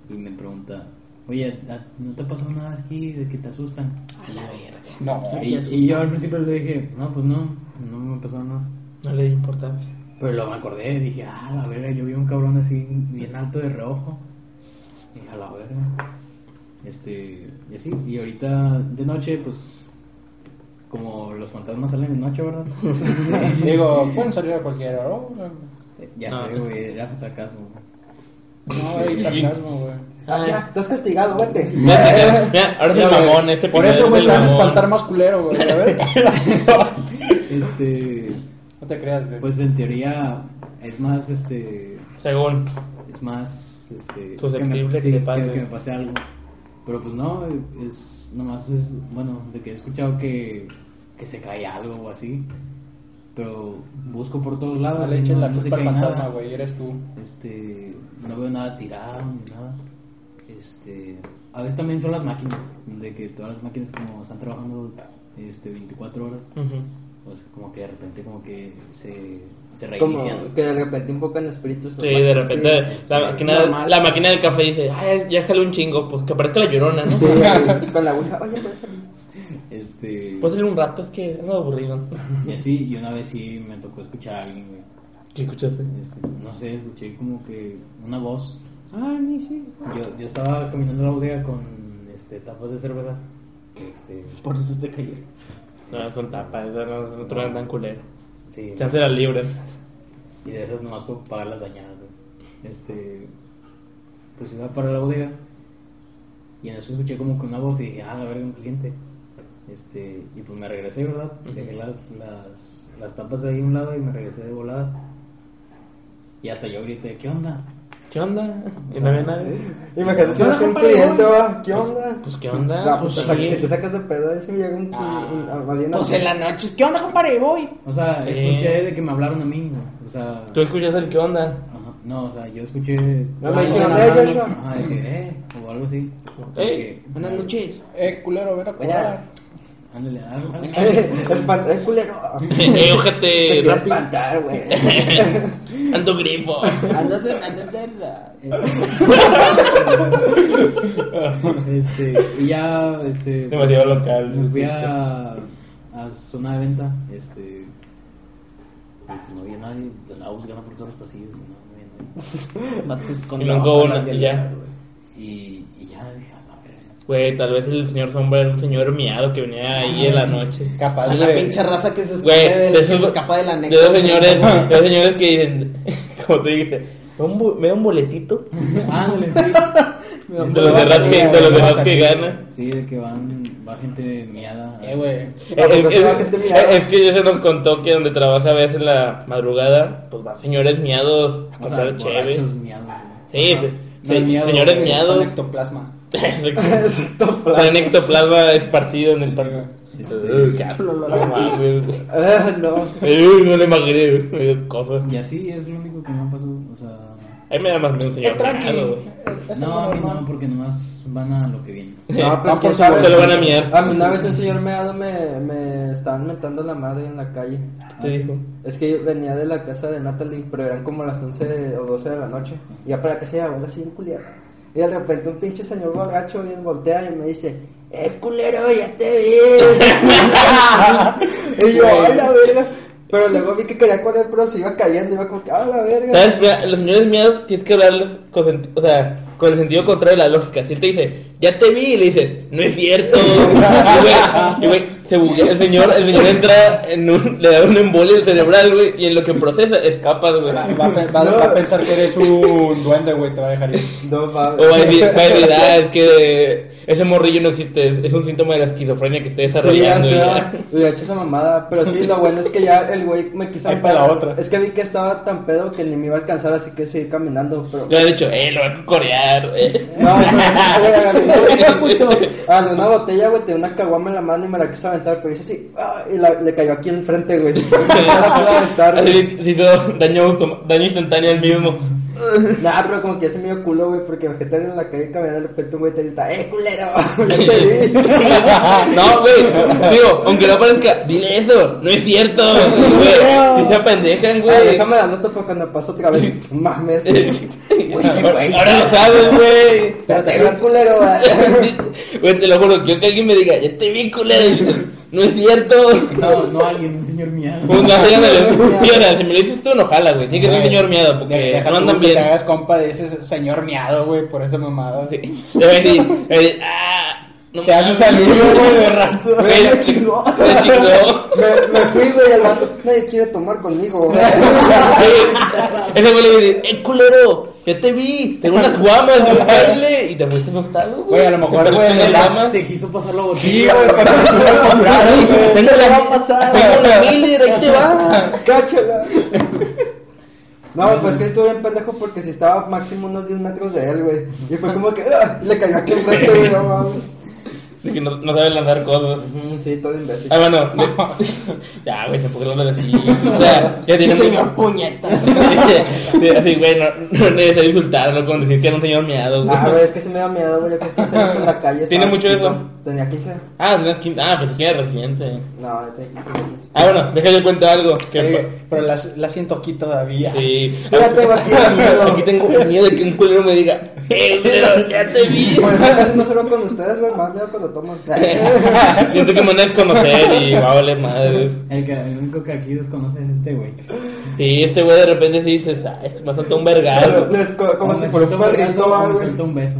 y me pregunta, oye, ¿a- ¿no te ha pasado nada aquí de que te asustan?
A la verga.
No,
Y, y yo al principio le dije, no, pues no, no me ha pasado nada.
No le di importancia.
Pero luego me acordé, dije, ah, la verga, yo vi un cabrón así, bien alto de reojo. Dije, a la verga. Este, y así, y ahorita de noche, pues, como los fantasmas salen de noche, ¿verdad?
digo, pueden salir a cualquier hora. oh, güey.
ya
Ah.
sé, güey, era sarcasmo.
No, hay sarcasmo, güey.
Ah, ya, estás castigado, vete.
Mira, mira, ahora es el
Mira, güey,
mamón. Este
Por
episodio
eso,
es
güey,
del
te van a
mamón.
espantar más culero, güey. a ver.
Este,
No te creas, güey.
pues en teoría es más, este,
Según.
es más, este,
Susceptible que
sí,
te pase.
que me pase algo. Pero pues no, es, nomás es, bueno, de que he escuchado que, que se cae algo o así. Pero busco por todos lados,
No le eches
ah, no,
la
no se
culpa
cae
al fantasma,
nada.
güey. Eres tú.
Este, no veo nada tirado ni nada. Este, a veces también son las máquinas, de que todas las máquinas como están trabajando este 24 horas,
Ujú.
o sea, como que de repente como que se, se reinician.
Como que de repente invocan espíritus.
Sí, este, de repente
Sí,
la, máquina,
normal.
la máquina del café dice, ay, ya jale un chingo, pues que aparezca la llorona, ¿no?
Sí, ahí, con la ouija. Oye, puedes salir.
Este,
Puedes salir
Pues
Pues, un rato, es que ando aburrido.
Y así, y una vez sí me tocó escuchar a alguien, güey.
¿Qué escuchaste?
No sé, escuché como que una voz.
Ah, mi sí.
Yo, yo estaba caminando en la bodega con este, tapas de cerveza. Este,
Por eso es de caer.
No, son tapas, eso no, no truenan tan culero.
sí.
Chance la libre.
Y de esas nomás puedo pagar las dañadas, güey. Este, pues iba para la bodega. Y en eso escuché como que una voz y dije, ah, la verga, un cliente. Este, y pues me regresé, ¿verdad?
Ujú.
Dejé las, las, las tapas ahí a un lado y me regresé de volada. Y hasta yo grité, ¿qué onda?
¿Qué onda? ¿Y no había nadie?
Imagínate si
No,
vas a
no,
un
compadre,
cliente,
no.
va. ¿Qué onda?
¿eh? Pues qué onda.
No, pues,
pues,
te sacas-
sí. Ah.
si te sacas de pedo, ahí sí me llega un. un- un- alguien
Pues
así.
en la noche. ¿Qué onda, compadre? Voy.
O sea,
Sí.
escuché de que me hablaron a mí, güey. O sea,
Tú escuchas el qué onda.
ajá. no, o sea, yo escuché.
No me
algo
dijeron,
de-
"Eh, Joshua".
Ajá, de que, eh, o algo así.
Eh,
De que,
Buenas noches.
Eh, culero, ven a
Buenas.
cobrar.
Ándale, algo. algo.
El pan- el culero.
Eh,
Te
ojete,
quiero
rápido.
espantar, güey.
Ando grifo.
Andas en la
este, y ya, este.
Demasiado local.
Me fui a, a zona de venta, este. y pues No había nadie, andaba buscando por todos los pasillos y no, no había nadie.
Y no hubo nada, y ya.
Y, y ya dije, a la verga.
Güey, tal vez el señor sombra era un señor miado que venía ahí en la noche.
Capaz
O sea,
de...
la pinche raza que se escapa
Güey,
de,
de
Pues, que
esos-
se escapa de la
De
anexa.
los señores, de los señores que dicen, como tú dijiste, "Me da un bu- me da un boletito
Ándale, sí.
de los demás que, de los demás que ganan.
Sí, de que van, va gente miada.
Eh, güey.
Eh, eh,
Porque se va gente
eh,
miada.
Es que ya se nos contó que donde trabaja a veces en la madrugada, pues van señores miados a
o sea,
contar chévere.
borrachos miados. güey.
Sí,
Ajá.
se-
No
se-
es miedo,
señores
güey,
miados.
Son ectoplasma.
Traen ectoplasma esparcido en el parque.
Este-
Uy, qué asco, no mames.
Ah, no.
Uy, no le imaginé, güey, me dio cosas.
Y así es lo único que me ha pasado. O sea,
Ahí me da más miedo un señor.
Es tranquilo.
miado, güey.
no, a mí no, porque nomás van a lo que viene.
No,
Ah,
pues
por
quién sabe.
favor,
te lo van a miar.
A mí una vez un señor meado me, me estaban mentando la madre en la calle.
Te dijo.
Es que yo venía de la casa de Natalie, pero eran como las 11 o 12 de la noche. Y ya para que sea, ahora sí, un culero. Y de repente un pinche señor borracho bien voltea y me dice, ¡Eh, culero, ya te vi! y yo, ¡ay, la verga! Pero luego vi que quería correr, pero se iba cayendo. Iba como que, ¡ay, la verga!
¿Sabes? Mira, los señores miados tienes que hablarles con, sent- o sea, con el sentido contrario de la lógica. Si él te dice, ya te vi, y le dices, no es cierto. Y güey, y güey, se buguea el señor, el señor entra, en un, le da un embolio cerebral, güey, y en lo que procesa, escapa, güey.
Va, va a pe- va-
No.
va a pensar que eres un duende, güey, te va a dejar ir.
No mames.
O va a decir, va a decir, "Ah, es que ese morrillo no existe, es- es un síntoma de la esquizofrenia que está
Sí, ya
desarrollando. y ya.
sé. Hubiera hecho esa mamada. Pero sí, lo bueno es que ya el güey me quiso
Ahí
matar.
para la otra.
Es que vi que estaba tan pedo que ni me iba a alcanzar, así que seguí caminando. Pero...
Le ha dicho, eh, lo va a corear. eh".
No, no, sí, güey, agarré un- agarré una botella, güey, tenía una caguama en la mano y me la quiso aventar, pero hice así, ah, y la- le cayó aquí enfrente, güey. No la pude aventar,
Así
güey.
le hizo daño, automa- daño instantáneo al mismo.
Nah, pero como que ya se me dio culo, güey, porque vegetariano en la calle caminando de repente un güey te grita, ¡eh, culero! ¡Ya te vi!
No, güey, digo, aunque no parezca, dile eso, no es cierto, güey. Si se apendejan,
Ah,
güey.
déjame la nota para cuando paso otra vez. Mames, güey. Güey, este güey.
Ahora ahora lo sabes, güey.
Ya te vi, culero, güey.
Güey, te lo juro, quiero que alguien me diga, ya te vi, culero. Y dices, No es cierto.
No, no alguien, un señor miado.
Pues no, sí, ándale, funciona. Si me lo dices tú, no jala, güey. Tiene que ser un señor miado,
De-
porque
deja
no
tú
andan
que Te
bien.
hagas compa de ese señor miado, güey, por esa mamada. Eh,
Sí. Le voy a decir, le voy a decir, ah, no
Te hace un
mames.
saludo, güey, de rato.
Güey, me chingó. Me chingó.
Me, me fui, güey, al rato. Nadie quiere tomar conmigo, güey.
Sí. Ese güey le dice, eh, culero, ya te vi, tengo unas guamas de un baile. Y te fuiste asustado,
Güey, a lo mejor,
Te
güey,
fuiste
le
unas
da-
guamas.
Te quiso pasar la botella.
Sí, güey, pero es un culpable, güey.
Tengo
Te
la-
va a pasar.
Tengo la Miller, ahí te va.
Cáchala. No, pues que estuve bien pendejo porque si estaba máximo unos 10 metros de él, güey. Y fue como que ¡ah! le cayó aquí enfrente, güey. No mames.
De que no, no sabe lanzar cosas.
Mm, Sí, todo imbécil.
Ah, bueno. le- ya, güey, tampoco lo hablas así. O sea, ya tiene
Sí,
muy-
señor puñeta.
Así, güey, no, no es necesario insultarlo con decir que era un señor meado, güey.
Ah, güey, es que se me da miedo, güey. Yo con 15 años en la calle.
¿Tiene
estaba
mucho
chiquito.
eso?
Tenía 15.
Ah, tenías 15. Ah, pues que era reciente.
No, yo tenía 15.
Ah, bueno, déjame yo cuento algo. Que
Güey, Pero la, la siento aquí todavía.
Sí.
Yo ya tengo aquí el miedo.
Aquí tengo el miedo de que un culero me diga, eh, culero, ya te vi.
Por eso casi no salgo con ustedes, güey. Más miedo cuando toman.
Siento que me van a desconocer y va a valer madres.
El, que, el único que aquí desconoce es este güey.
Sí, este güey de repente se dice, ah, este me saltó un
Pero,
vergado.
es co- como
O me
si fuera un
suelta
perrito,
vergazo o me
güey.
suelta un beso.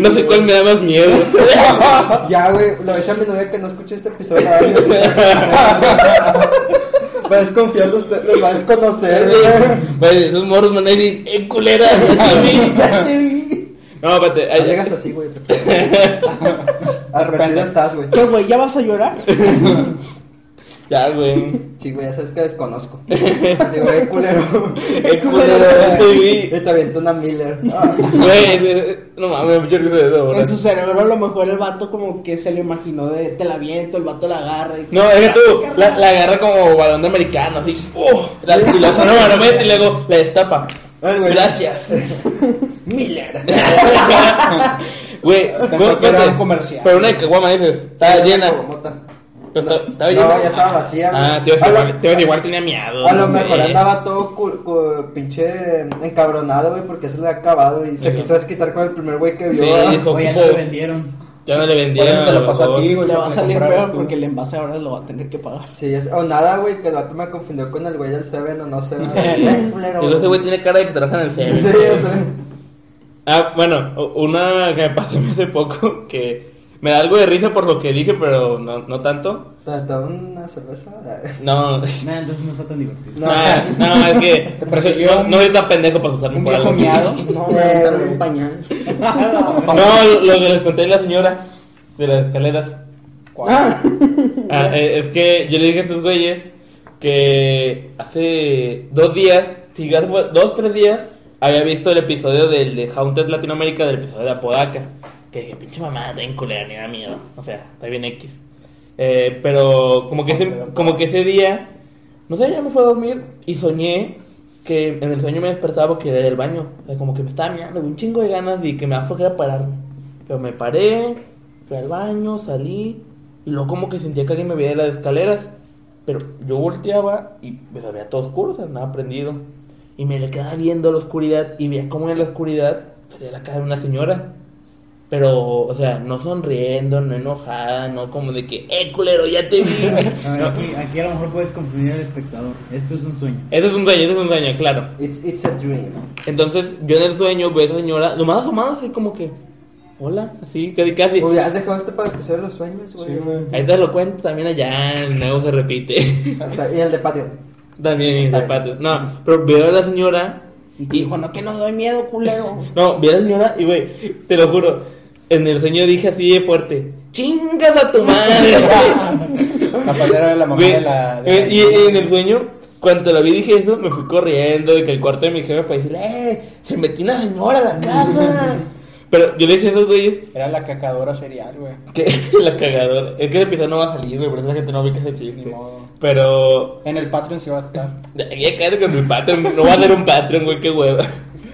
No sé cuál me da más miedo.
Ya, güey, lo decía a mi novia que no escuche este episodio. la verdad, yo pensé que- Va a desconfiar de usted, les va a desconocer, güey.
Vale, esos morros van a decir, eh, culera, ya te vi, ya te vi. No, espérate.
Ya
ahí-
llegas así, güey. Arrepentida estás, güey.
¿Qué, güey? ¿Ya vas a llorar?
Ya, güey.
Sí, güey, ya sabes que desconozco. Digo, güey, culero.
Eh, culero, ya te vi.
Y te aviento una Miller. Ah,
Güey, eh, no mames, yo creo que eso, ¿verdad?
En su cerebro a lo mejor el vato como que se lo imaginó de te la viento, el vato la agarra y...
No, es que tú la, la agarra como balón de americano, así. ¡Oh! La, y la no, no, mete y luego la destapa.
Ay, güey.
Gracias.
Miller.
Güey,
Pensó
güey,
que era
espérate,
un comercial.
Pero una de caguama dices, estaba
Sí,
llena.
una cobomota.
Pero
No,
está- estaba
no,
llena.
ya estaba vacía, güey.
Ah, te iba a
A
decir,
lo-
igual- te iba a decir, igual tenía miedo.
A lo
güey.
mejor andaba todo cu- cu- pinche encabronado, güey, porque se le había acabado y se
Ajá.
quiso desquitar con el primer güey que vio.
Sí,
ah.
dijo,
Oye, ya
ocupo-
lo vendieron.
Ya no le
Por
vendieron.
eso te lo pasó a ti, güey.
Le
lo
va a
que
salir
comprabas
peor
tú.
porque el envase ahora lo va a tener que pagar.
Sí, ya sé. O nada, güey, que la me confundió con el güey del Seven o no sé. güey. Eh, culero.
Digo, ese este güey tiene cara de que trabaja en el CERN.
Sí, ya sé.
Ah, bueno, u- una que me pasó hace poco que me da algo de risa por lo que dije, pero no, no tanto.
¿Te te da una cerveza?
No,
Nah, entonces no está tan divertido.
no, no, es que
Te persiguió
no,
un-
no soy tan pendejo para usarme
Un
por algo.
cojoneado.
No,
me aventaron un
pañal.
No, lo- lo que les conté a la señora de las escaleras. Ah, eh, es que yo le dije a estos güeyes que hace dos días, si ya fue- dos, tres días, había visto el episodio del de Haunted Latinoamérica, del episodio de Apodaca. Que dije, pinche mamá, está bien culera, ni da miedo. O sea, está bien X. Eh, pero como que, ese, como que ese día, no sé, ya me fue a dormir y soñé que en el sueño me despertaba porque era del baño. O sea, como que me estaba mirando un chingo de ganas y que me daba a pararme. Pero me paré, fui al baño, salí y luego como que sentía que alguien me veía de las escaleras. Pero yo volteaba y pues había todo oscuro, o sea, nada prendido. Y me le quedaba viendo a la oscuridad y veía cómo en la oscuridad salía la cara de una señora. Pero, o sea, no sonriendo, no enojada, no como de que, eh, culero, ya te vi.
A ver,
No.
aquí, aquí a lo mejor puedes confundir al espectador. Esto es un sueño.
Eso es un sueño, eso es un sueño, claro.
It's, it's a dream.
Entonces, yo en el sueño veo a esa señora, nomás asomada, así como que, hola, así, casi, casi.
Uy, ¿has dejado esto para el episodio de los sueños, güey?
Sí, güey.
Ahí te lo cuento también allá, luego se repite.
Hasta- y el de patio.
también en
Está
zapatos. No, pero veo a la señora
Y
y
dijo, no, que no doy miedo, culero.
No, vi a la señora y, güey, te lo juro, en el sueño dije así de fuerte, chingas a tu madre.
La palera de la mamá
Güey,
de la. de
eh,
la-
y, y en el sueño, cuando la vi dije eso, me fui corriendo de que el cuarto de mi jefe para decirle, eh, se metió una señora a la casa. Pero yo le decía a esos güeyes
Era la cacadora serial, güey.
que la cagadora, es que el episodio no va a salir, güey, por eso la gente no ubica ese
Ni
chiste.
modo.
Pero,
En el Patreon sí va a estar.
ya cállate con mi Patreon, no va a haber un Patreon, güey, qué hueva.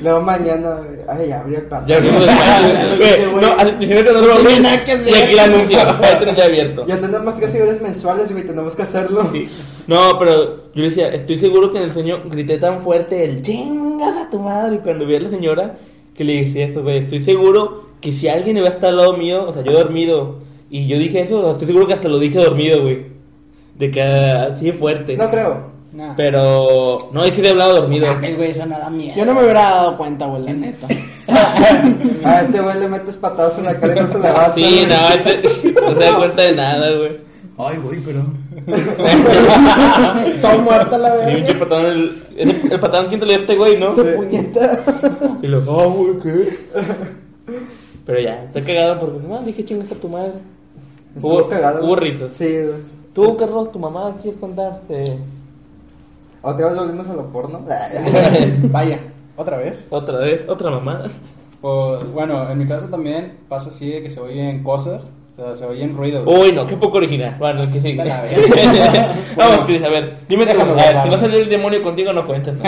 Luego mañana, güey. Ay, ya abrió el patio.
Ya abrimos el Patreon.
Ese
Güey,
güey.
No, al siguiente no lo
No tiene
abrimos.
nada que
Y
hacer.
aquí la anuncia. Patreon ya abierto.
Ya tenemos que seguidores mensuales, güey. Tenemos que hacerlo.
Sí. No, pero yo le decía, estoy seguro que en el sueño grité tan fuerte el chinga a tu madre. Y cuando vi a la señora, que le decía eso, güey, estoy seguro que si alguien iba a estar al lado mío, o sea, yo dormido, y yo dije eso, estoy seguro que hasta lo dije dormido, güey. De que ah, así de fuerte.
No creo.
Nah.
Pero no, es que le he hablado dormido.
Mames, güey, eso no da miedo. Yo no me hubiera dado cuenta, güey, la neta.
A este güey le metes patadas en la cara y no se levanta.
Sí,
güey.
no, este- no se da cuenta de nada, güey.
Ay, güey, pero.
Todo muerta la
Ni un
verga.
pinche patán, el, ese- el patán, ¿quién te lo dio a este güey, no?
Puñeta.
Y lo, ah, güey, ¿qué? Pero ya, está cagado porque, mamá, dije chingas a tu madre.
Estuvo
Hubo-
cagado. güey.
Hubo risas.
Sí, güey.
Tú, Carlos, tu mamá, ¿quieres Eh, contarte?
Otra vez volvimos a lo porno.
Vaya, otra vez.
Otra vez, otra mamá.
Pues bueno, en mi caso también pasa así de que se oyen cosas, o sea, se oyen ruidos.
Uy, no, qué poco original. Bueno, es que sí.
A la
Vamos,
verga.
Cris, a ver, dime tú,
Déjame
a ver,
guardar.
si va a salir el demonio contigo, no cuentas. ¿no?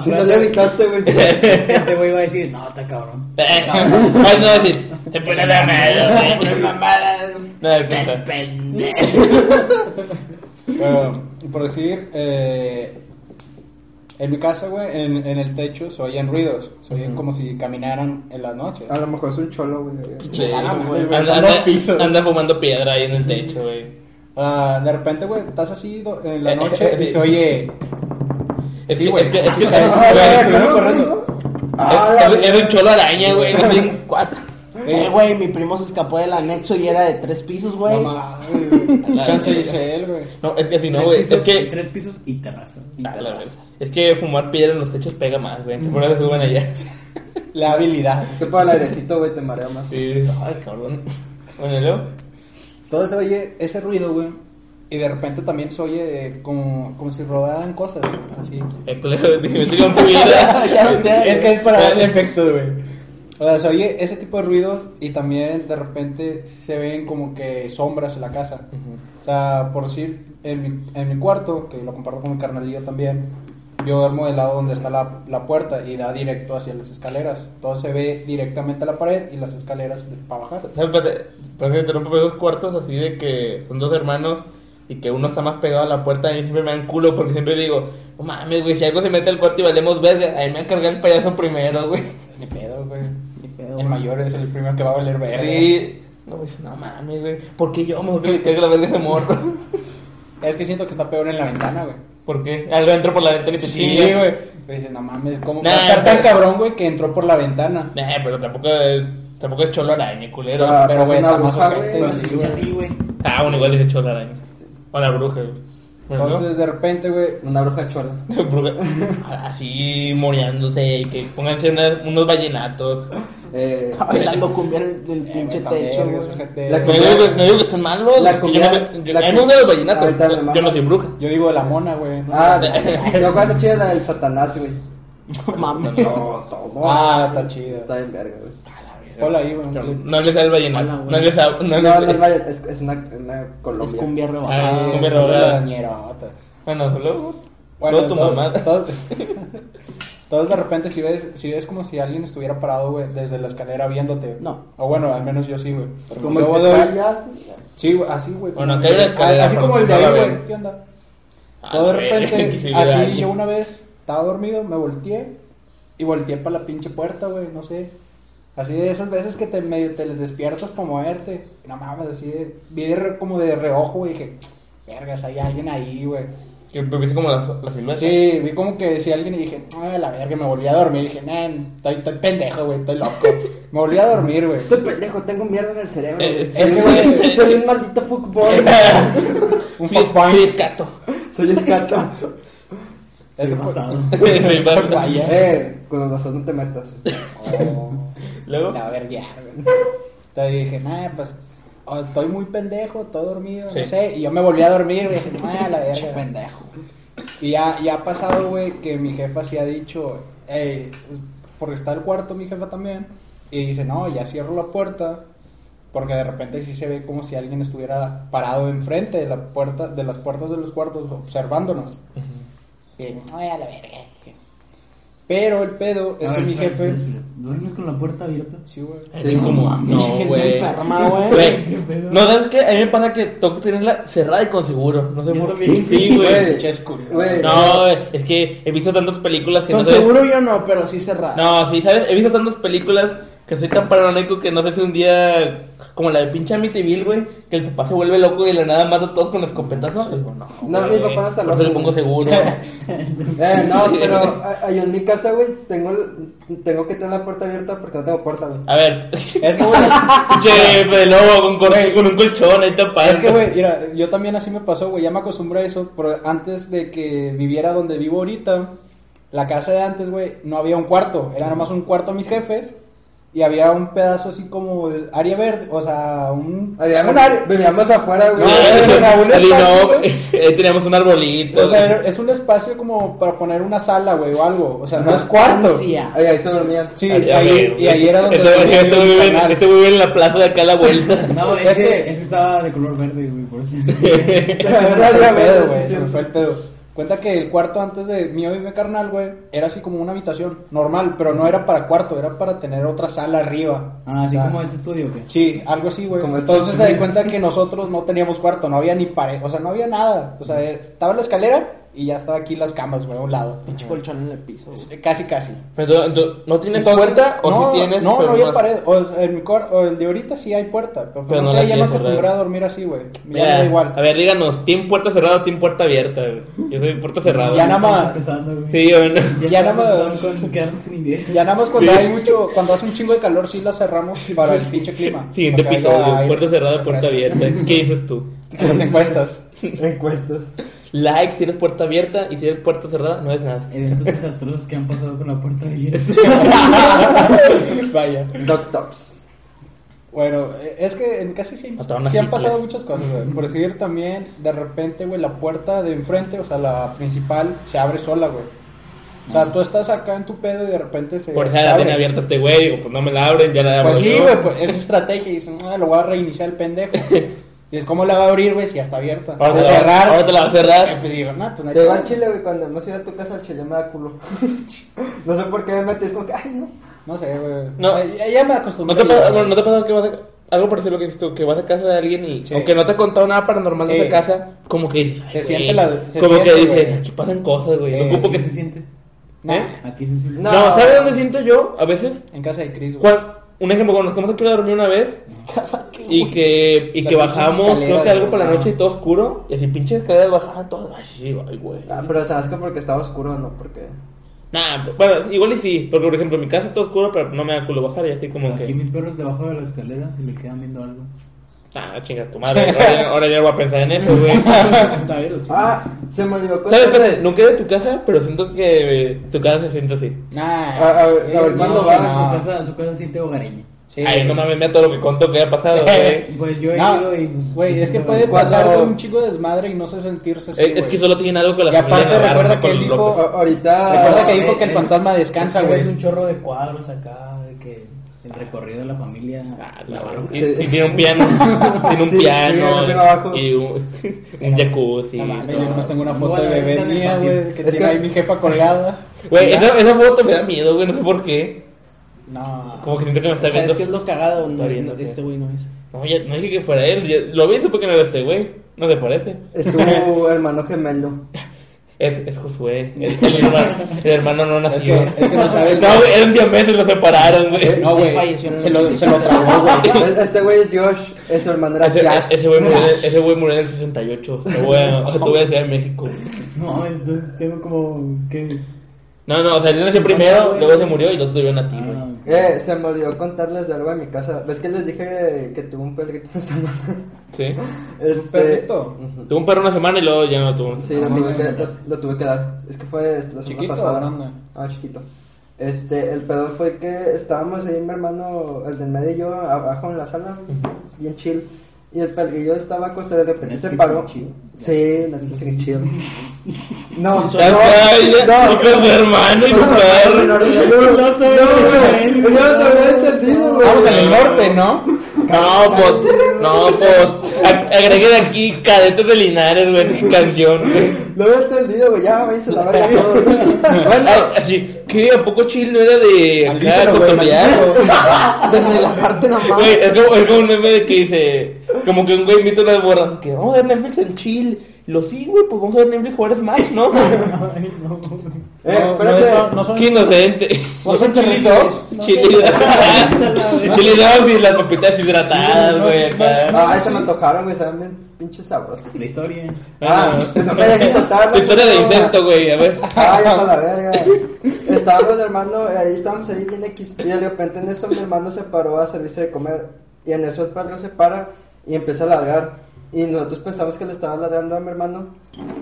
Si no
espérate.
le evitaste, güey.
Es que este güey va a decir, no, está cabrón.
Eh, Ay, no, decir, te pone la madre. güey. No,
Estás
cuenta.
pendejo.
Bueno, por decir, eh, en mi casa, güey, en, en el techo se oyen ruidos, se oyen como si caminaran en las noches.
A lo mejor es un cholo, güey.
Sí.
Ah, güey,
Anda-
son
anda-
dos pisos.
Anda fumando piedra ahí en el techo, güey.
Ah, de repente, güey, estás así do- en la noche y
Sí.
se oye...
Es
Sí,
que,
güey.
es que, es que,
Ah,
güey,
claro,
¿no?
correcto. Ah, la
Es, es- es un
verga.
cholo araña, güey. no tienen cuatro.
Eh, güey, mi primo se escapó del anexo y era de tres pisos, güey.
No mames, güey. Chance dice él, güey.
No, es que si no,
Tres
güey. Es
pisos-
que.
Tres pisos y terraza.
Ah, la verdad. Es que fumar piedra en los techos pega más, güey. Por eso suben allá.
La habilidad.
Te pongo el airecito, güey, te marea más.
Sí, ay, cabrón. Bueno, ¿y luego.
Todo se oye ese ruido, güey. Y de repente también se oye eh, como, como si rodaran cosas, así.
El culero dije, me tiró
Ah,
piedra.
es que es para darle efecto, güey. O sea, se oye ese tipo de ruidos y también de repente se ven como que sombras en la casa. O sea, por decir, en mi, en mi cuarto, que lo comparto con mi carnalillo también, yo duermo del lado donde está la, la puerta y da directo hacia las escaleras. Todo se ve directamente a la pared y las escaleras de- para bajar.
¿Sabes? Espérate, Perdón que interrumpo, pero esos cuartos así de que son dos hermanos y que uno está más pegado a la puerta. A mí siempre me dan culo porque siempre digo, no mames, güey, si algo se mete al cuarto y valemos verga, ahí me va a cargar el payaso primero, güey.
Ni pedo, güey.
Ni pedo,
El
güey.
mayor es el primero que va a valer verde.
Sí, No, dices, no mames, güey. ¿Por qué yo mejor que le caiga la verga de morro?
Es que siento que está peor en la ventana, güey.
¿Por qué? Algo entró por la ventana y te
Sí,
chinga.
güey. Pero dices, no mames, ¿cómo?
Nah,
va a estar tan
pero-
cabrón, güey, que entró por la ventana.
Nah, pero tampoco es, tampoco es cholo araña, culero.
Ah.
Pero,
pues
güey,
una
está más
bruja,
ojete,
güey,
güey.
Pero se escucha así, güey.
Ah, bueno, igual es cholo araña. O la bruja, güey. Bueno,
Pues
¿no?
Entonces, de repente, güey,
Una bruja chola.
Bruja- Así moriándose y que pónganse una- unos vallenatos.
Eh,
Está bailando cumbia en el
Eh,
pinche
güey, también,
techo,
güey,
güey.
sujete.
La
No
cumbia-
digo, que- no digo que estén malos.
La
es que yo
cumbia-
no, yo-
la
a mí me
cum-
gustan los vallenatos.
Ahorita me
yo- Yo,
mama.
no soy bruja.
Yo digo de la mona, güey. ¿no?
Ah, yo cuando chida la del Satanás, güey.
Mames.
No, tomo.
Ah, está chida.
Está bien verga, güey.
Hola ahí, güey.
No, no les da el vallenato.
Hola, güey.
no les da.
No,
No, les
no,
da-
es vaya, es, es una, una
Es
Colombia.
cumbia
Ah,
rebajada.
cumbia
son
rebajada.
las ñerotas.
Bueno, luego.
Bueno,
luego tu
entonces-
mamá.
Entonces, entonces, de repente si ves, si ves como si alguien estuviera parado, güey, desde la escalera viéndote.
No.
O bueno, al menos yo sí, güey.
Como
Luego
el que
doy-
está allá,
Sí, güey, así, güey.
Bueno,
como-
acá hay una escalera,
Así
pero
como el de
no la
ahí,
ven.
güey. ¿Qué onda? Todo de
Ah, güey,
repente,
quisiera alguien.
así yo una vez estaba dormido, me volteé y volteé para la pinche puerta, güey, no sé. Así de esas veces que te medio te despiertas para moverte. No mames, así de. Vi de re- como de reojo, güey, y dije, vergas, hay alguien ahí, güey.
Que viste como la, la silueta.
Sí, vi como que decía alguien y dije, ah, la verga, me volví a dormir. Y dije, nen, estoy, estoy pendejo, güey, estoy loco. me volví a dormir, güey.
Este pendejo, tengo mierda en el cerebro.
Eh,
güey.
eh,
soy,
es que,
un-
güey.
soy un maldito fuckboy.
Un
Fui-
fuckboy.
fui escato.
soy escato.
Es que-
pasado.
Sí, va-
Vaya.
eh, con los no te metas.
Luego.
Oh. La verga. Entonces dije, nah, pues o estoy muy pendejo, estoy dormido,
Sí.
no sé. Y yo me volví a dormir, güey. Dije, nah, la verga. pendejo. Y ya, ya ha pasado, güey, que mi jefa sí ha dicho, "Ey", pues, porque está el cuarto mi jefa también. Y dice, no, ya cierro la puerta. Porque de repente sí se ve como si alguien estuviera parado enfrente de, la puerta, de las puertas de los cuartos observándonos. Y, "Ay, a la verga. Pero el pedo es
A
que
ver,
mi
espera,
jefe...
espera, espera. ¿Duermes con la puerta abierta?
Sí, güey.
Sí,
como, no,
gente
güey.
enferma, güey.
Güey, No, ¿sabes qué? A mí me pasa que tengo que tenerla cerrada y con seguro. No sé
Yo
por qué.
también.
Sí, güey.
Pinches culeros.
Güey. eh,
No, güey, es que he visto tantas películas que
Con
no sé.
seguro yo no, pero sí cerrada.
No, sí, ¿sabes? He visto tantas películas que soy tan paranoico que no sé si un día, como la de pinche Amityville, güey, que el papá se vuelve loco y de la nada mata a todos con escopetazo. Digo, no,
No,
güey,
mi papá no se
Por eso le
loco,
pongo
güey.
seguro.
Eh, no, pero a- ahí en mi casa, güey, tengo, tengo que tener la puerta abierta porque no tengo puerta, güey.
A ver,
Es que, güey,
pinche de lobo con, cor-
Güey.
con un colchón ahí tapado.
es que, güey, mira, yo también así me pasó, güey, ya me acostumbré a eso, pero antes de que viviera donde vivo ahorita, la casa de antes, güey, no había un cuarto, era nomás un cuarto a mis jefes y había un pedazo así como de área verde, o sea, un...
Vivíamos,
un área-
vivíamos afuera, güey.
No,
o sea, un
Ali,
espacio,
no,
güey.
eh, teníamos un arbolito.
o sea, era- es un espacio como para poner una sala, güey, o algo, o sea, no es cuarto. Ah, Sí,
Ansia.
Ahí, ahí se dormían.
Ay, a
ahí,
ver,
y ahí era donde...
Este güey-
vivía
este
mi
güey vive en-
carnal.
este güey vive en la plaza de acá a la vuelta.
No,
es
es
que-
que, es que estaba de color verde, güey, por eso.
Se me fue el pedo, güey, se me fue
güey.
el pedo. Cuenta que el cuarto antes de mío y mi carnal, güey, era así como una habitación normal, pero no era para cuarto, era para tener otra sala arriba.
Ah, así
O sea,
como este estudio, güey.
Sí, algo así, güey.
Como este
Entonces se
estudio.
di cuenta que nosotros no teníamos cuarto, no había ni pared, o sea, no había nada. O sea, eh, estaba la escalera y ya estaba aquí las camas, güey, a un lado. eh,
Pinche colchón en el piso. güey.
Casi, casi.
Pero entonces, ¿no tienes
Entonces,
puerta o
no,
sí tienes?
No,
pero
no había
has-
pared. O sea, en mi cor- o el de ahorita sí hay puerta, pero, pues
Pero
no,
no la
sé, ya me
quieres cerrar.
acostumbré a dormir así, güey. Ya
Mira,
me da igual.
A ver, díganos, ¿tiene puerta cerrada o tiene puerta abierta? güey? Yo soy puerta cerrada.
Ya nada
estamos
más.
empezando, güey.
Sí, yo no.
Ya
Ya
nada
nada
más.
más. Con quedarnos sin ideas.
Ya nada más cuando hay mucho, cuando hace un chingo de calor sí la cerramos para el pinche clima.
Siguiente
Porque
episodio,
haya aire.
puerta cerrada, puerta abierta. ¿Qué dices tú?
Las encuestas.
Encuestas.
Like si eres puerta abierta y si eres puerta cerrada, no es nada.
Eventos desastrosos que han pasado con la puerta abierta.
Vaya.
Doc Tops.
Bueno, eh, es que en casi sí,
Hasta una
sí han
Hitler.
pasado muchas cosas, güey. Por decir también, de repente, güey, la puerta de enfrente, o sea, la principal, se abre sola, güey. O sea, tú estás acá en tu pedo y de repente se.
Mm. Por eso
se
la
abre.
tenía abierta este güey, digo, pues no me la abren, ya la abro
Pues sí,
yo.
güey, pues es estrategia. Y dicen, "Ah, lo voy a reiniciar el pendejo. Y es, ¿cómo la va a abrir, güey, si ya está abierta?
Ahora te
Va a
la-
cerrar.
ahora te la va a cerrar.
Eh, Pues digo, no, pues no hay
Te va al
pedo".
chile, güey, cuando hemos ido a tu casa, al chile me da culo. no sé por qué me metes, como que, ay, no.
No sé, güey.
No.
Eh, Ya, ya me
¿No
acostumbré.
te, pasa,
ya,
bueno, ¿No
güey.
te pasa que vas a, algo parecido a lo que dices tú? Que vas a casa de alguien y,
Sí.
aunque no te ha contado nada paranormal de
Eh.
esa casa, como que dices, ay,
Se
güey,
siente la- se
como que
siente,
dices,
güey.
aquí pasan cosas, güey.
Eh,
ocupo
¿Aquí
que
se siente?
Nah,
¿Eh?
¿Aquí se siente?
No, ¿sabes dónde siento yo? A veces
En casa de Chris, güey.
Cuan- un ejemplo, cuando nos fuimos a quedar a dormir una vez y que, y
Las
que
pinches
bajamos, creo
escaleras,
que algo
güey,
por la
no.
noche y todo oscuro, y así pinches escaleras bajaban todas, ay, sí, ay, güey.
Ah, pero se asca porque estaba oscuro, no porque.
Nah, bueno, igual y sí, porque por ejemplo en mi casa está oscuro, pero no me da culo bajar y así como
Aquí
que...
mis perros debajo de la escalera se le quedan viendo algo.
Ah, chinga tu madre, ahora, ya- ahora ya no voy a pensar en eso, güey.
Está bien, lo sé.
Ah, se me olvidó.
¿Sabes?
contarles.
Espérate, nunca he ido a tu casa, pero siento que eh, tu casa se siente así.
Nah.
A, a ver, a ver,
No,
¿cuándo
no, Su
Ah.
vas?
casa, su casa siente hogareña.
Sí.
Ay, no mames, mira todo lo que contó que había pasado, güey.
Eh,
Pues yo he
No,
ido y. pues,
Güey, es que
siento-
puede
Cuando-
pasar de un chico de desmadre y no sé sentirse así,
Eh, Es- es
güey.
que solo tienen algo con la
Y aparte
familia Navarro,
recuerda
no
que
con
él
los
dijo-
locos.
A-
Recuerda
Ahorita.
que dijo que el fantasma descansa,
es que
güey.
ves un chorro de cuadros acá, de que el recorrido de la familia.
Ah,
la
la-
barroca.
y,
Sí.
y tiene un piano, tiene un
Sí, sí,
piano
lo tengo abajo.
y un, un jacuzzi.
No mames,
todo.
yo nomás tengo una foto
Bueno,
de bebé
está en el
mía,
patio.
güey, que
Es
tiene
que-
ahí mi jefa colgada.
Güey, esa, esa foto me da miedo, güey, no sé por qué.
No.
Como que siento que me está
¿Sabes
viendo.
qué es lo cagado?
Está
No,
viendo,
este
¿qué?
güey no es.
No, ya- no dije que fuera él, ya- lo vi y supe que no era este güey. ¿No te parece?
Es su hermano gemelo.
Es, es Josué, el, el hermano, el hermano no
Es
nació.
que, es que Eh, no sabes.
No, güey, eran siameses, lo separaron, güey.
No, güey.
Falleció.
Se lo, se lo tragó, güey.
Es- Este güey es Josh, es su hermano era
Ese-
Josh.
Ese güey murió, en- ese güey murió en el 68. Te voy a, te voy a Ciudad de México.
No, entonces tengo como. que
No, no, o sea, él nació primero, luego se murió y lo tuvieron a ti, güey.
Ah,
Eh, se me olvidó contarles de algo en mi casa. ¿Ves que les dije que tuve un perrito una semana?
Sí.
Este,
perrito?
ujú.
Tuvo un perro una semana y luego ya no lo tuvo.
Sí, lo
Ah, no,
tuve,
no,
que,
no.
lo- lo tuve que dar. Es que fue este, la semana
¿Chiquito
pasada.
o grande?
Ah, chiquito. Este, el pedo fue que estábamos ahí mi hermano, el del medio y yo, abajo en la sala, bien chill. Y el perrillo estaba acostado y de repente se
Netflix
paró.
and chill.
Sí, Netflix and chill. No, no,
Ya está,
no,
ya- y con su hermano y su
no, no,
perro.
no, güey, yo no te había entendido, güey.
Vamos en el norte, ¿no?
No, pues, no, pues. a- Agreguen aquí cadetes de Linares, güey, sin canción, güey.
Lo había entendido, güey, ya, güey, se la verga a todos. Bueno,
Ay, Así, ¿qué? ¿A poco Chile no era de acá,
Analízalo, güey,
cotorrear?
Desde la parte nomás.
Güey, es como, es como un meme de que dice, como que un güey invita a unas borras, que vamos a ver Netflix en chill. Lo sí, güey, pues vamos a ver Netflix jugar Smash, ¿no?
eh,
No, no,
espérate.
son- no son-
Qué inocente.
no son chilitos.
Chile Chili dogs y las papitas hidratadas, güey. acá.
Ah, se me antojaron, güey, saben bien pinches sabrosos.
La historia.
Ah, pues no me dejes contar.
Tu historia de incesto, güey, a ver.
Ah, ya está la verga. Estábamos, hermano, eh, ahí estábamos ahí bien X. Y de repente en eso mi hermano se paró a servirse de comer. Y en eso el perro se para y empieza a largar. Y nosotros pensamos que le estaba ladrando a mi hermano.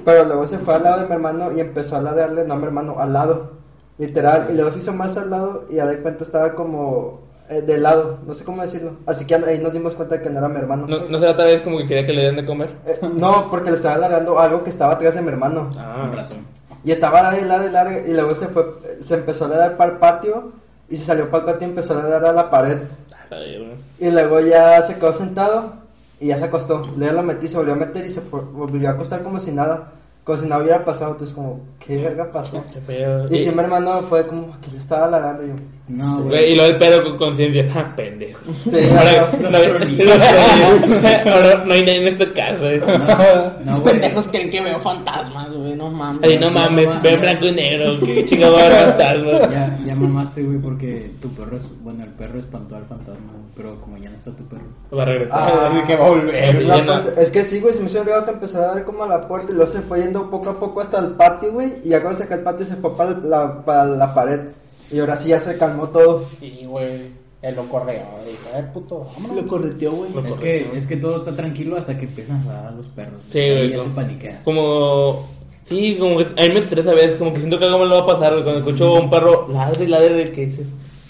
Pero luego se fue al lado de mi hermano y empezó a ladrarle, no a mi hermano, al lado. Literal. Y luego se hizo más al lado y a de cuenta estaba como eh, de lado. No sé cómo decirlo. Así que ahí nos dimos cuenta que no era mi hermano.
¿No, ¿No será tal vez como que quería que le den de comer?
Eh, no, porque le estaba ladrando algo que estaba atrás de mi hermano.
Un
Ah,
ratón.
Y estaba larga y larga y larga, y luego se fue, se empezó a dar para el patio, y se salió para el patio y empezó a dar a la pared.
la verga.
Y luego ya se quedó sentado, y ya se acostó. Luego lo metí, se volvió a meter y se fue- volvió a acostar como si nada, como si nada hubiera pasado. Entonces, como, ¿qué verga pasó?
Qué pedo.
Y
Y-
si mi hermano fue como, que le estaba ladrando yo.
No,
Güey,
güey.
y luego el pedo con conciencia. Ah, pendejo.
Sí,
Ahora,
Los
no, hay-
cronillos.
los cronillos. Ahora no hay nadie en esta casa. eh.
No, güey.
Pendejos creen que veo fantasmas, güey. No mames.
Ay, no mames,
no, no,
ve en
no.
blanco y negro. Qué chingado ahora estás, güey.
Ya, ya mamaste, güey, porque tu perro es. Bueno, el perro espantó al fantasma, güey, pero como ya no está tu perro.
Va a regresar.
Ah.
Así que va a volver.
Ya
No,
no.
pues, es que sí, güey, se me hizo raro que empezó a dar como a la puerta y luego se fue yendo poco a poco hasta el patio, güey. Y ya cuando sacó el patio se fue para la, para la pared. Y ahora sí ya se calmó todo.
Y, güey, él lo corrió. Dijo, eh, puto, vámonos.
Lo correteó, güey.
Lo
Es
correcto.
que, es que todo está tranquilo hasta que empiezan a ladrar a los perros.
Sí,
Ahí
güey,
Ya
no.
te paniqueas.
Como. Sí, como que a mí me estresa a veces. Como que siento que algo me lo va a pasar. güey, Cuando escucho a un perro ladre y ladre, de que dices,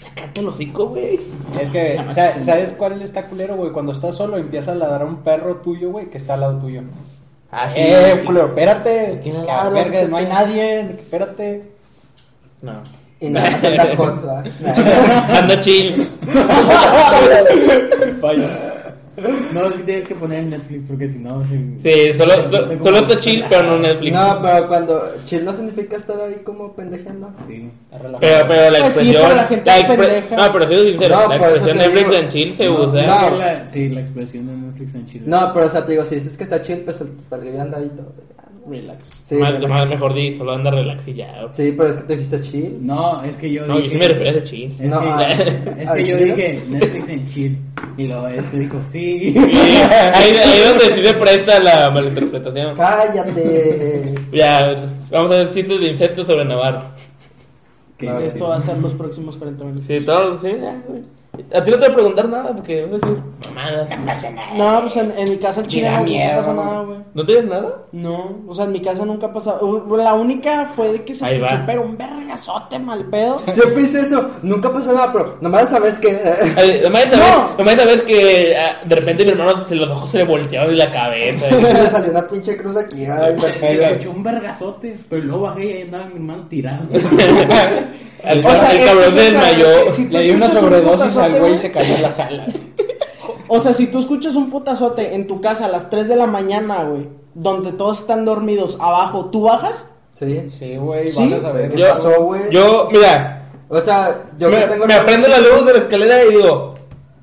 sacate el hocico, güey.
Es que, sa- ¿sabes cuál está culero, güey? Cuando estás solo empieza a ladrar a un perro tuyo, güey, que está al lado tuyo.
Así.
eh, culero, espérate.
¿Quién
que
ladra?
verga, no hay nadie, espérate.
No.
Y nada más anda hot, ¿verdad?
Anda chill.
No, es que tienes que poner en Netflix porque si no. se-
Sí, solo,
se
so-
siente como-
solo está chill, pero no Netflix.
No, pero cuando chill no significa estar ahí como pendejeando.
Sí.
Pero, pero la
Pues sí,
expresión.
pero la gente es
expre-
pendeja.
No, pero soy sincero.
No,
la
por eso
expresión
te
de Netflix
digo-
en chill se
No,
usa.
es
No.
que la- sí, la expresión de Netflix en Chile.
No, pero o sea, te digo, si dices que está chill, pues el perrillo anda ahí todo.
Relax.
Sí,
más,
relax.
más mejor di, solo anda relax y ya.
Sí, eh. pero es que te dijiste chill.
No, es que yo
No, yo sí me refería a chill.
Es,
No,
que,
ah,
es que
ah,
yo
¿sí?
dije Netflix en chill. Y luego este dijo, sí.
Sí, ahí, ahí es donde sí se presta la malinterpretación.
¡Cállate!
Ya, vamos a hacer chistes de insectos sobre Navarro.
Que-
Ah,
Claro.
Esto va a ser los próximos 40 minutos.
Sí, todos, sí, ya, güey. A ti no te voy a preguntar nada porque vas a decir, mamadas.
No, pues en, en mi casa en Chile
da
no, no
miedo.
pasa nada, güey.
¿No tienes nada?
No, o sea, en mi casa nunca ha pasado. U- La única fue de que se
Ahí
escuchó,
va.
pero un vergazote mal pedo.
Siempre hice eso. Nunca pasa nada, pero nomás sabes que.
Ay, Lo más de saber,
No.
lo más de saber es que ah, de repente mi hermano se, los ojos se le voltearon y la cabeza. güey.
Le salió una pinche cruz aquí. Ay, me
Se
pega.
escuchó un vergazote, pero luego bajé y ahí andaba mi hermano tirado.
El,
O sea,
el
es-
cabrón
es
se
esa-
desmayó.
si tú
Le di una
escuchas un
sobredosis
putazote,
al güey y
güey,
se cayó en la sala.
O sea, si tú escuchas un putazote en tu casa a las 3 de la mañana, güey, donde todos están dormidos abajo, ¿tú bajas?
Sí.
Sí, güey,
Sí.
vamos a ver.
¿Qué pasó, güey?
Yo, mira,
O sea, yo
me,
que tengo.
me prendo la luz de la escalera y digo,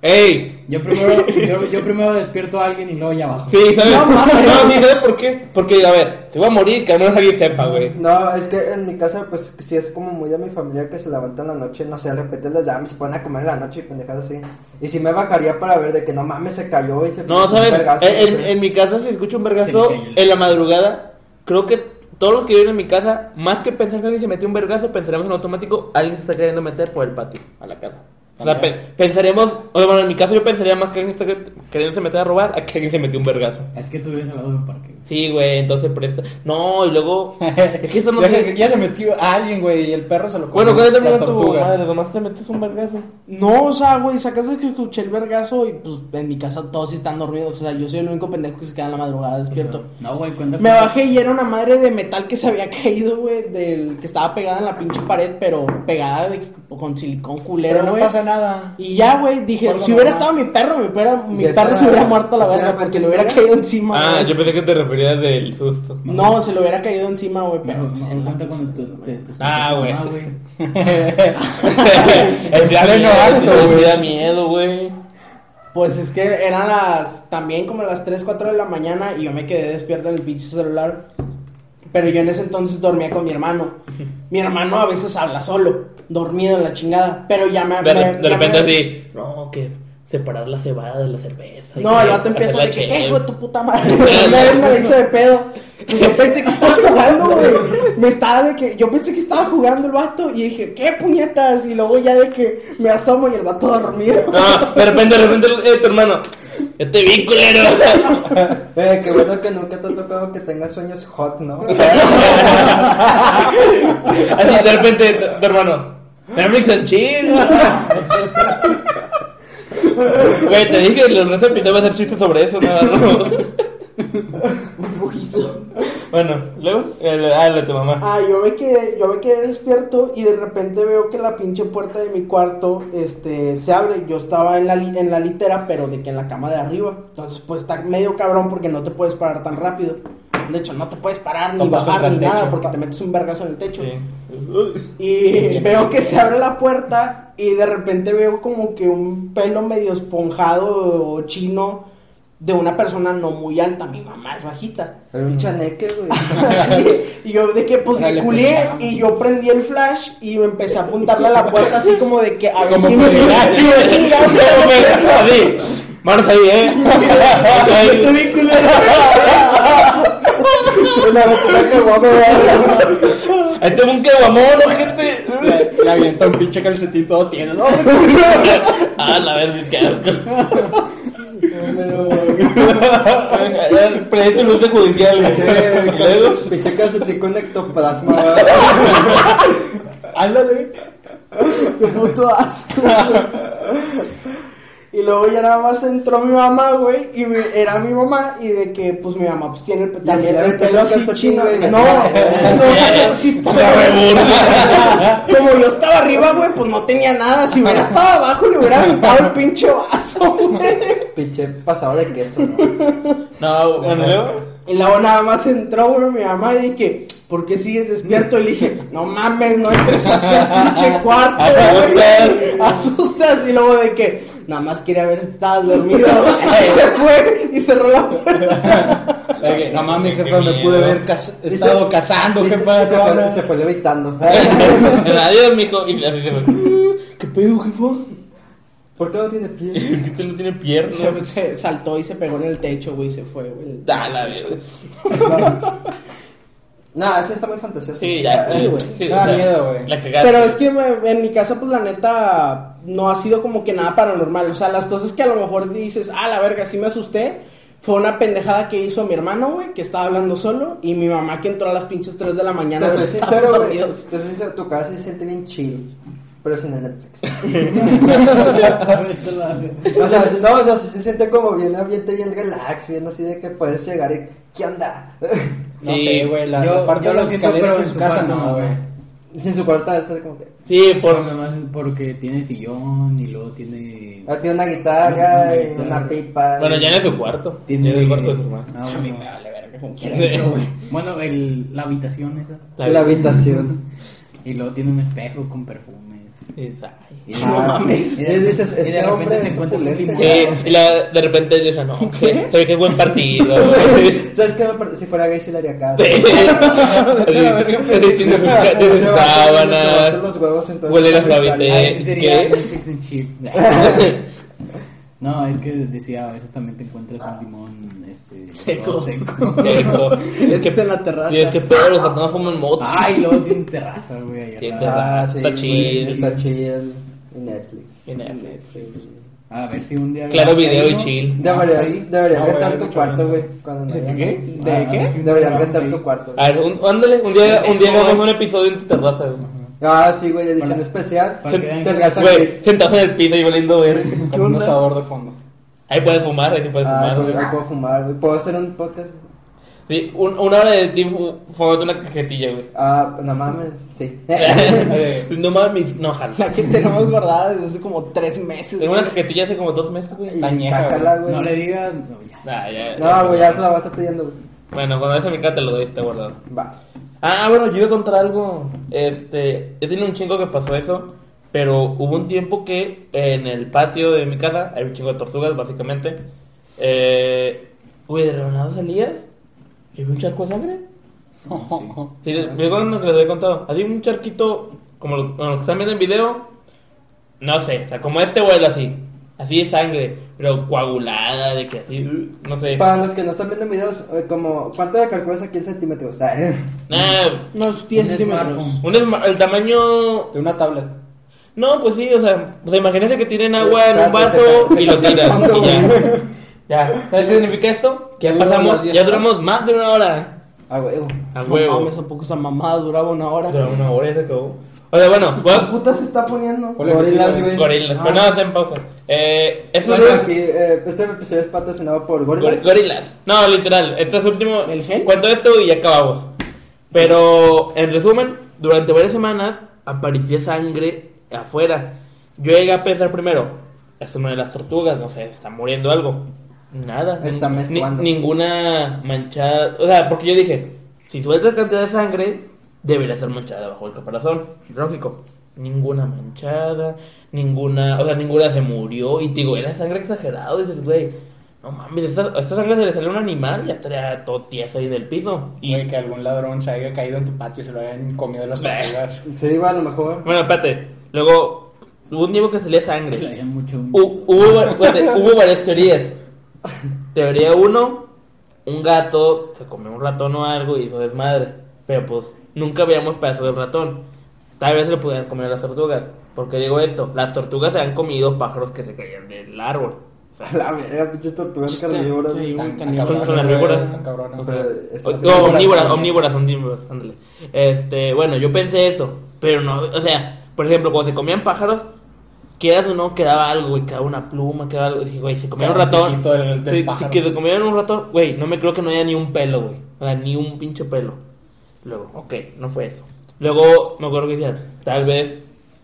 ¡Ey!
Yo primero, yo, yo primero despierto a alguien y luego ya bajo.
Sí, ¿sabes?
No
No,
mames.
sí, ¿sabes por qué? Porque, a ver, te voy a morir, que al menos alguien sepa, güey.
No, es que en mi casa, pues sí es como muy de mi familia que se levantan en la noche, no sé, de repente les da, se ponen a comer en la noche y pendejadas así. Y si me bajaría para ver de que no mames, se cayó y se
No,
puso un
¿sabes? Eh,
vergazo,
en,
no
en-
sé.
en mi casa se escucha un
Se
vergazo
le cayó el-
en la madrugada. Creo que todos los que viven en mi casa, más que pensar que alguien se metió un vergazo, pensaremos en automático, alguien se está queriendo meter por el patio a la casa. O sea, pe- pensaríamos, o sea, bueno, en mi caso yo pensaría más que alguien está quer- queriéndose meter a robar a que alguien se metió un vergazo.
Es que tú vives al lado de un parque. güey.
Sí, güey, entonces presta. No, y luego. Es que eso no
Ya, se-
sé.
ya se metió a alguien, güey, y el perro se lo comió.
Bueno, ¿cuál es el
Las
momento tu
tortugas.
madre? Nomás te metes un vergazo.
No, o sea, güey, sacas de que escuché el vergazo y pues en mi casa todos están dormidos. O sea, yo soy el único pendejo que se queda en la madrugada despierto.
No, güey, cuenta
Me
con-
bajé y era una madre de metal que se había caído, güey, del que estaba pegada en la pinche pared, pero pegada de, con silicón culero,
Pero no
güey.
pasa nada.
y ya, güey, dije,
Por lo
si hubiera
normal.
estado mi perro, mi perro, mi
¿Y esa
perro se hubiera
era-
muerto a la
esa
verga
era
porque le
tu
hubiera
historia?
caído encima.
Ah,
güey.
yo pensé que te referías del susto.
No, se le hubiera caído encima, güey,
Me,
pero...
me- me cuenta cuando tú te, te
Ah,
escuché,
güey.
"Mamá, güey.
el
plano alto,
alto,
güey.
da miedo, güey.
Pues es que eran las... También como las 3, 4 de la mañana y yo me quedé despierta en el pinche celular. Pero yo en ese entonces dormía con mi hermano. Mi hermano a veces habla solo, dormido en la chingada. Pero ya me...
De,
me-
re- de
ya me-
repente así, no, que separar la cebada de la cerveza.
No, el vato empieza de que, ¿qué hijo de tu puta madre? Una vez me la hice de pedo. Y yo pensé que estaba jugando, güey. Me estaba de que, yo pensé que estaba jugando el vato. Y dije, ¿qué puñetas? Y luego ya de que me asomo y el vato dormido.
No, de repente, de repente, eh, tu hermano, yo te vi, culero.
Eh, qué bueno que nunca te ha tocado que tengas sueños hot, ¿no?
Así, de repente, tu, tu hermano, Netflix and chill. Güey, te dije, el resto empezaba a hacer chistes sobre eso, nada, ¿no? bueno, luego, el, ah, el de tu mamá.
Ah, yo me quedé, yo me quedé despierto y de repente veo que la pinche puerta de mi cuarto, este, se abre. Yo estaba en la, li- en la litera, pero de que en la cama de arriba. Entonces, pues está medio cabrón porque no te puedes parar tan rápido. De hecho, no te puedes parar ni
Topas
bajar
contra
ni
el
nada
techo.
porque te metes un vergazo en el techo.
Sí.
Y veo que se abre la puerta y de repente veo como que un pelo medio esponjado o chino de una persona no muy alta. Mi mamá es bajita.
Era un chaneque, güey.
Así, y yo de que pues me
Dale,
culé
pendeja.
y yo prendí el flash y me empecé a apuntarle a la puerta así como de que a ver
Como
quién me-
funcionario.
quién me chinga, o sea,
Así, manos ahí, eh. Ahí.
Una aventura que guapo, güey.
Ahí tengo un caguamón, gente.
Le, le avienta un pinche calcetín todo tiene. No,
Ah, la verga, qué asco. Predete luz de judicial. güey. Y luego,
Pinche- Pinche calcetín con ectoplasma, güey.
ándale.
qué puto asco. güey. Y luego ya nada más entró mi mamá, güey, y me- era mi mamá, y de que, pues mi mamá, pues tiene el pe-
Y
también
si le
el
metes
pelo
el
así
calcetín,
chino.
güey,
No, no, o sea, sí está-
La reburla.
Como yo estaba arriba, güey, pues no tenía nada. Si hubiera estado abajo, le hubiera aventado el pinche vaso, güey.
Pinche pasado de queso, ¿no?
No, bueno, luego.
Y luego nada más entró, güey, mi mamá y dije, ¿por qué sigues despierto? Y le dije, no mames, no entres hacia el pinche cuarto, güey. Asustas. Y luego de que, nada más quería ver si estabas dormido. Y se fue y cerró la puerta.
La que, No mames,
Qué
jefa, me
miedo.
pude haber cas- estado
Dice-
casando,
dice-
jefa.
Se
ahora.
fue, se fue levitando.
Adiós, mijo. Y así se fue.
¿Qué pedo, jefa?
¿Por qué no tiene pies?
Este no tiene piernas.
Se, se saltó y se pegó en el techo, güey, se fue, güey.
Da Ah, la verga.
No, ese está muy fantasioso. Ah,
Sí, ya.
Sí, güey.
sí,
Da
o sea,
miedo, güey.
La cagaste.
Pero es que me- en mi casa, pues la neta, no ha sido como que nada paranormal. O sea, las cosas que a lo mejor dices, ah, la verga, sí me asusté. Fue una pendejada que hizo mi hermano, güey, que estaba hablando solo. Y mi mamá que entró a las pinches 3 de la mañana.
Te soy
güey,
sincero,
estábamos
güey.
dormidos.
Te soy sincero, tu casa se siente bien chill. Pero sin el Netflix. O sea, no, o sea, sí se siente como bien ambiente, bien relax, bien así de que puedes llegar y. ¿Qué onda?
No
Sí.
sé, güey. La, la
Yo,
parte
yo
de
lo
las
siento,
escaleras
pero
de
en su casa no, güey.
Sin su cuarto, está como que.
Sí,
Por
por.
lo demás, porque tiene sillón y luego tiene.
Ah, tiene una guitarra y una pipa.
Bueno, ya en su cuarto.
Tiene
en el cuarto de su hermano.
Ah,
A mí me
bueno.
vale verga, como quiera.
La
Bueno, el, la habitación esa.
La habitación.
Y luego tiene un espejo con perfumes.
Exacto.
Y
No mames.
y
Ah, Y dices,
y de
este
repente
hombre
te
es
encuentras un
opulento.
limón.
Eh, y la- de repente yo decía, no, que, que buen partido. Sí.
¿Sabes qué? Si fuera gay, sí le haría caso.
Así, así tiene sus, ca- tiene sus
Se va a poner- se va a poner
sábanas.
los huevos, entonces,
Huele la
para evitar-
suavidad.
Ah, ese sería
¿qué?
Netflix and chill. No, es que decía, a veces también te encuentras
Ah.
un limón este,
Seco.
todo seco.
Eco.
Es
Que-
que en la terraza.
Y es que pedo, los fantasmas fuman moto.
Ay, luego tiene terraza, güey. allá
Tiene
atrás.
Ah, sí,
Está
güey,
chill.
Está chill. Y Netflix.
Y nada.
A ver si un día.
Claro,
grabas
video
ahí,
y
¿no?
chill.
Deberías,
ahí.
deberías
Ah, güey,
rentar
hay
tu
mucho
cuarto,
rento.
güey. Cuando no
¿De
haya
qué?
nadie.
Ah,
¿De
a ver
qué?
si un día
Deberías
grabamos
rentar
ahí.
tu cuarto.
A
güey.
ver, un, ándale, un día, un día
Pendejo,
grabamos un
güey.
episodio en tu terraza, güey.
Ah, sí, güey, edición
Para-
especial.
para que vean que-
Desgasta
Güey,
Luis.
sentado en el piso y valiendo ver.
Con un asador de fondo.
Ahí puedes fumar, ahí te puedes
Ah,
fumar,
güey,
güey.
ahí puedo fumar, güey. ¿Puedo hacer un podcast?
Sí, un- una hora de ti fu- fumándote una cajetilla, güey.
Ah, no mames, sí.
no mames, no, jala.
La que tenemos guardada desde hace como 3 meses.
Tengo
güey.
una cajetilla hace como dos meses, güey.
Y
Está ñeja,
sácala, güey.
No le digas. No, ya.
Ah, ya,
No, güey, ya se la vas a estar pidiendo, güey.
Bueno, cuando vayas a mi casa te lo doy, está guardado.
Va.
Ah, bueno, yo iba a contar algo. Este, he tenido un chingo que pasó eso, pero hubo un tiempo que en el patio de mi casa hay un chingo de tortugas, básicamente. Eh, güey, de Rebanado salías y vi un charco de sangre. Sí, yo con lo que les había contado. Había un charquito, como lo, como lo que están viendo en video, no sé, o sea, como este vuelo así, así de sangre, pero coagulada, de que así, uh, no sé.
Para los que no están viendo videos, eh, como, ¿cuánto de calculas a 15 centímetros? Ah, eh.
Nah,
Unos 10
Un
centímetros.
smartphone.
un esma- el tamaño
De una tablet.
No, pues sí, o sea, o sea imagínate que tienen agua en un
Espérate,
vaso
se- se
y lo
está
tiran.
tapando,
Y ya. ya. ¿Sabes qué significa esto? Que
Ya
ya
duramos
pasamos,
las diez
ya duramos más de una hora.
Ah, güey. uh.
A
No
huevo.
mames, ¿a poco esa mamada duraba una hora?
Duró una hora y se acabó. O sea, bueno,
¿Qué
bueno
puta se está poniendo?
Ponle que sí,
Gorilas, güey.
gorilas. Pero no, está en pausa. Eh, esto
Bueno,
es
aquí, eh, este episodio es patrocinado por Gorilas.
Gor- Gorilas. No, literal. Este es último.
¿El gel?
Cuento esto y ya acabamos. Pero, en resumen, durante varias semanas aparecía sangre afuera. Yo llegué a pensar primero, es una de las tortugas, no sé, está muriendo algo. Nada.
Está
Ni-
menstruando.
ni- ninguna manchada. O sea, porque yo dije, si suelta cantidad de sangre, debería ser manchada bajo el caparazón. Lógico. Ninguna manchada, ninguna, o sea, ninguna se murió. Y te digo, era sangre exagerada. Dices, güey, no mames, esta, esta sangre se le salió a un animal, ya estaría todo tieso ahí en el piso. Y,
Güey, que algún ladrón se haya caído en tu patio y se lo hayan comido las
Bah.
tortugas.
Sí, güey, a lo mejor.
bueno, espérate, luego hubo un tiempo que salía
Que le
sangre.
haya mucho.
Hu- hubo, va- espérate, hubo varias teorías. Teoría 1, un gato se comió un ratón o algo y hizo desmadre. Pero pues nunca veíamos pedazo de ratón. Tal vez se lo pudieran comer a las tortugas. Porque digo esto, las tortugas se han comido pájaros que se caían del árbol. O sea,
A la verga, pinches tortugas carnívoras.
sí,
güey.
güey.
Tan- tan
Son-
cabronas,
son herbívoras.
güey, tan cabronas.
O sea,
Pero,
o-
estas
no,
herbívoras
omnívoras,
también.
omnívoras, omnívoras, ándale. Este, bueno, yo pensé eso, pero no, o sea, por ejemplo, cuando se comían pájaros, quedas o no, quedaba algo, güey, quedaba una pluma, quedaba algo, dije, güey, se comieron un
Quedaba un
ratón,
piquito del- del
sí, sí,
pájaro.
que se comieron un ratón, güey, no me creo que no haya ni un pelo, güey, o sea, ni un pinche pelo. Luego, ok, no fue eso. Luego, me acuerdo que decían, tal vez,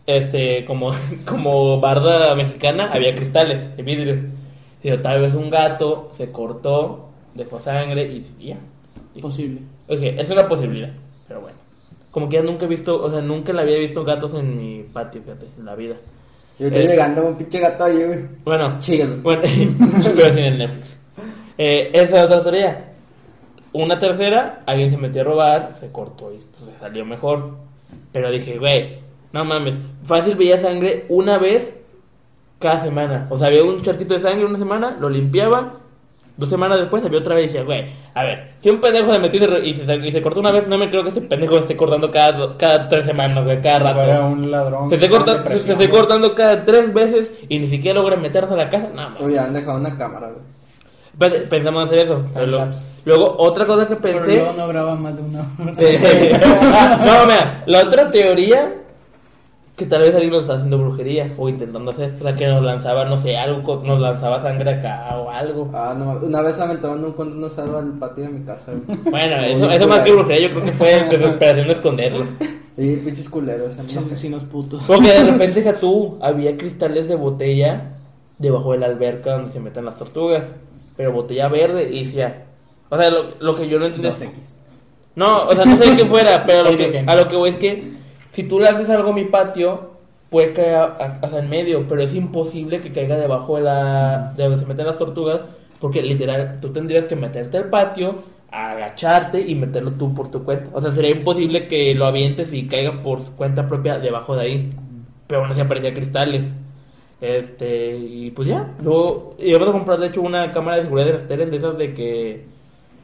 este, como, como barda mexicana, había cristales de vidrios. Digo, tal vez un gato se cortó, dejó sangre y y ya.
Posible.
Oye, es una posibilidad, pero bueno. Como que ya nunca he visto, o sea, nunca le había visto gatos en mi patio, fíjate, en la vida.
Y ahorita
Eh.
llegando un pinche gato ahí, güey.
Bueno,
Chíguelo.
bueno pero sin el Netflix. Eh, esa es otra teoría. Una tercera, alguien se metió a robar, se cortó y pues, salió mejor. Pero dije, güey, no mames, fácil veía sangre una vez cada semana. O sea, había un charquito de sangre una semana, lo limpiaba. Dos semanas después había otra vez y decía, güey, a ver, si un pendejo se metió y se- y se, y se cortó una vez, no me creo que ese pendejo esté cortando cada, do- cada tres semanas, güey, cada rato.
Para un ladrón.
Se
que
esté,
está
corta-
en
se
depresión,
esté
güey.
cortando cada tres veces y ni siquiera logra meterse a la casa. No, mames.
Hubieran dejado una cámara, güey.
Pe- Pensamos hacer eso. pero lo- luego, otra cosa que
Pero
pensé.
luego no graba más de una hora.
no, mira, la otra teoría que tal vez alguien nos está haciendo brujería o intentando hacer, o sea, que nos lanzaba, no sé, algo, co- nos lanzaba sangre acá o algo.
Ah, no, una vez aventaban un condón usado al patio de mi casa, güey.
Bueno, eso, eso más que brujería, yo creo que fue desesperación de esconderlo.
Y pinches culeros, amigo.
Son vecinos putos.
Porque de repente, deja tú, había cristales de botella debajo de la alberca donde se meten las tortugas, pero botella verde y decía, o sea, lo, lo que yo no entendí es-
2X.
No, o sea, no sé qué fuera, pero a lo,
Ok,
que,
ok.
a lo que voy es que si tú le haces algo a mi patio, puede caer a- a- hasta en medio, pero es imposible que caiga debajo de, la, de donde se meten las tortugas, porque literal, tú tendrías que meterte al patio, agacharte y meterlo tú por tu cuenta. O sea, sería imposible que lo avientes y caiga por su cuenta propia debajo de ahí. Pero aún así aparecía cristales. Este, y pues ya. Luego, y vamos a comprar, de hecho, una cámara de seguridad de las teles de esas de que.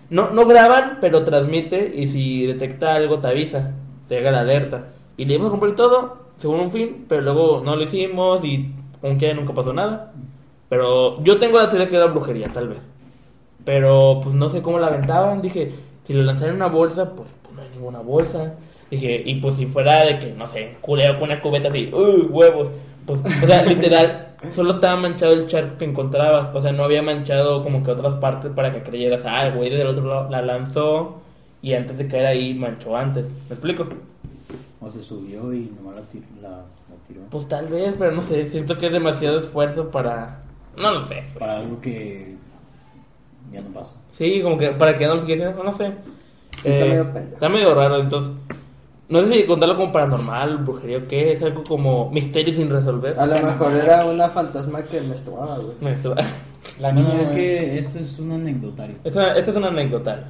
No, no graban, pero transmite y si detecta algo te avisa, te llega la alerta. Y le íbamos a comprar todo, según un fin, pero luego no lo hicimos y aunque nunca pasó nada. Pero yo tengo la teoría que era brujería, tal vez. Pero pues no sé cómo la aventaban. Dije, si lo lanzaran en una bolsa, pues, pues, no hay ninguna bolsa. Dije, y pues si fuera de que, no sé, culeo con una cubeta así, uy, huevos. Pues, o sea, literal, solo estaba manchado el charco que encontrabas. O sea, no había manchado como que otras partes para que creyeras, ah, el güey del otro lado la lanzó y antes de caer ahí manchó antes. ¿Me explico?
O se subió y nomás la, tir- la, la tiró.
Pues tal vez, pero no sé, siento que es demasiado esfuerzo para. No lo sé.
Para algo que ya no pasó.
Sí, como que para que no lo siga haciendo, no sé. Eh,
Sí, está medio pendejo.
está medio raro, entonces. No sé si contarlo como paranormal, brujería o qué, es algo como misterio sin resolver.
A lo mejor era una fantasma que menstruaba, güey.
Me su-
La
No,
niña,
es
güey.
que esto es un anecdotario.
Es una- esto es una anécdota.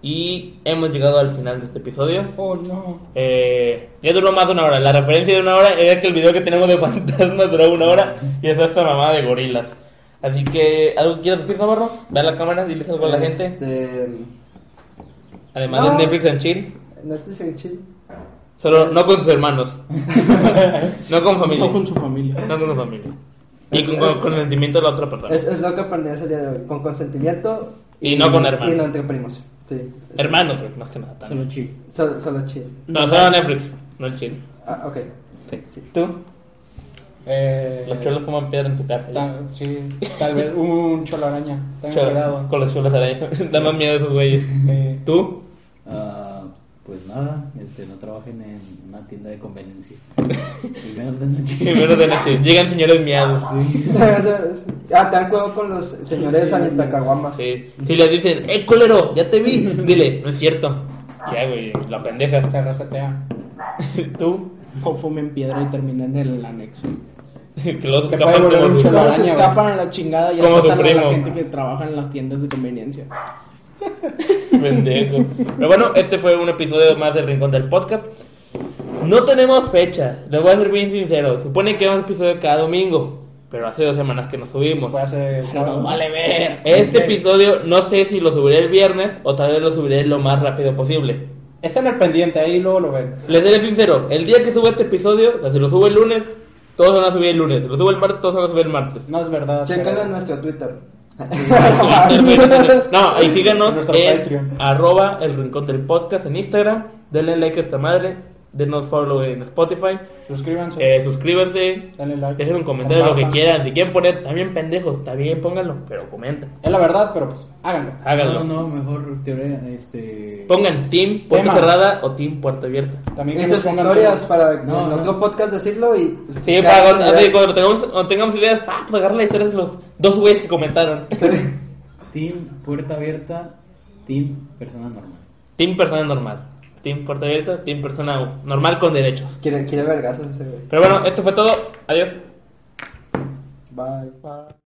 Y hemos llegado al final de este episodio.
Oh, no.
Eh, ya duró más de una hora. La referencia de una hora era que el video que tenemos de fantasmas duró una hora y está esta mamada de gorilas. Así que, ¿algo quieres decir, Navarro? Ve a la cámara, diles algo a la gente.
Este.
Además
no.
de Netflix and Chill,
No este estés en Chile.
solo no con sus hermanos, no con familia.
No con su familia.
No con la familia. Y con, con consentimiento de la otra persona.
Es, es lo que aprendí ese día de hoy. Con consentimiento.
Y no con hermanos.
Y no entre primos. Sí.
Hermanos, güey, más que nada.
Solo
también.
chill.
Solo, solo chill.
No, solo Netflix, no el chile.
Ah, ok.
Sí.
Sí.
¿Tú?
Eh,
Los cholos fuman piedra en tu cara.
tal- sí, tal vez un cholo araña. Tan
Cholo-
cuidado.
con los cholos arañas. Da más miedo esos güeyes.
Eh,
¿Tú?
Ah, pues nada, este, no trabajen en una tienda de conveniencia. Y menos de noche.
Primero de noche. Llegan señores miados.
ah, te acuerdo con los señores alentacaguamas.
Sí. Si les dicen, ¡eh, culero! Ya te vi. Dile, no es cierto. Ya, güey, la pendejas.
Te Este, resetea.
¿Tú?
O fumen
Ah.
piedra y terminan en el anexo.
Que los
Se
escapan
puede volver un
como
cholo.
su-
Luego
araña,
se
güey.
escapan a la chingada y
Como
azotan
su
a la
primo.
gente que trabaja en las tiendas de conveniencia.
pendejo. Pero bueno, este fue un episodio más del Rincón del Podcast. No tenemos fecha, les voy a ser bien sincero. Supone que hay un episodio cada domingo, pero hace dos semanas que nos subimos.
Fue hace. sábado.
ver.
Este episodio no sé si lo subiré el viernes o tal vez lo subiré lo más rápido posible.
Están al pendiente, ahí luego lo ven.
Les seré sincero, el día que suba este episodio, o sea, si lo subo el lunes, todos van a subir el lunes. Si lo subo el martes, todos van a subir el martes.
No es verdad.
Chécalo
pero-
en nuestro Twitter.
No, y síganos
Nuestro
en
Patreon.
arroba el rincón del podcast en Instagram. Denle like a esta madre. Denos follow en Spotify.
Suscríbanse.
Eh, suscríbanse.
Denle like.
Dejen un comentario lo que
compartan.
quieran. Si quieren poner también pendejos, está bien, pónganlo. Pero comenten.
Es la verdad, pero pues háganlo.
Háganlo.
No, no, mejor teoría, este...
Pongan Team Puerta
Tema.
Cerrada o Team Puerta Abierta.
También que
Esas
nos pongan
historias
todos.
para en
No, no.
otro podcast decirlo y. pues,
Sí,
cada
para-
quien
así,
idea.
cuando tengamos, cuando tengamos ideas, ah, pues agarra la historia de los dos güeyes que comentaron.
Team Puerta Abierta, Team Persona Normal.
Team Persona Normal. Team Puerta Abierta, Team Persona Normal con derechos.
Quiere, quiere vergazos ese güey.
Pero bueno, esto fue todo. Adiós.
Bye.
Bye.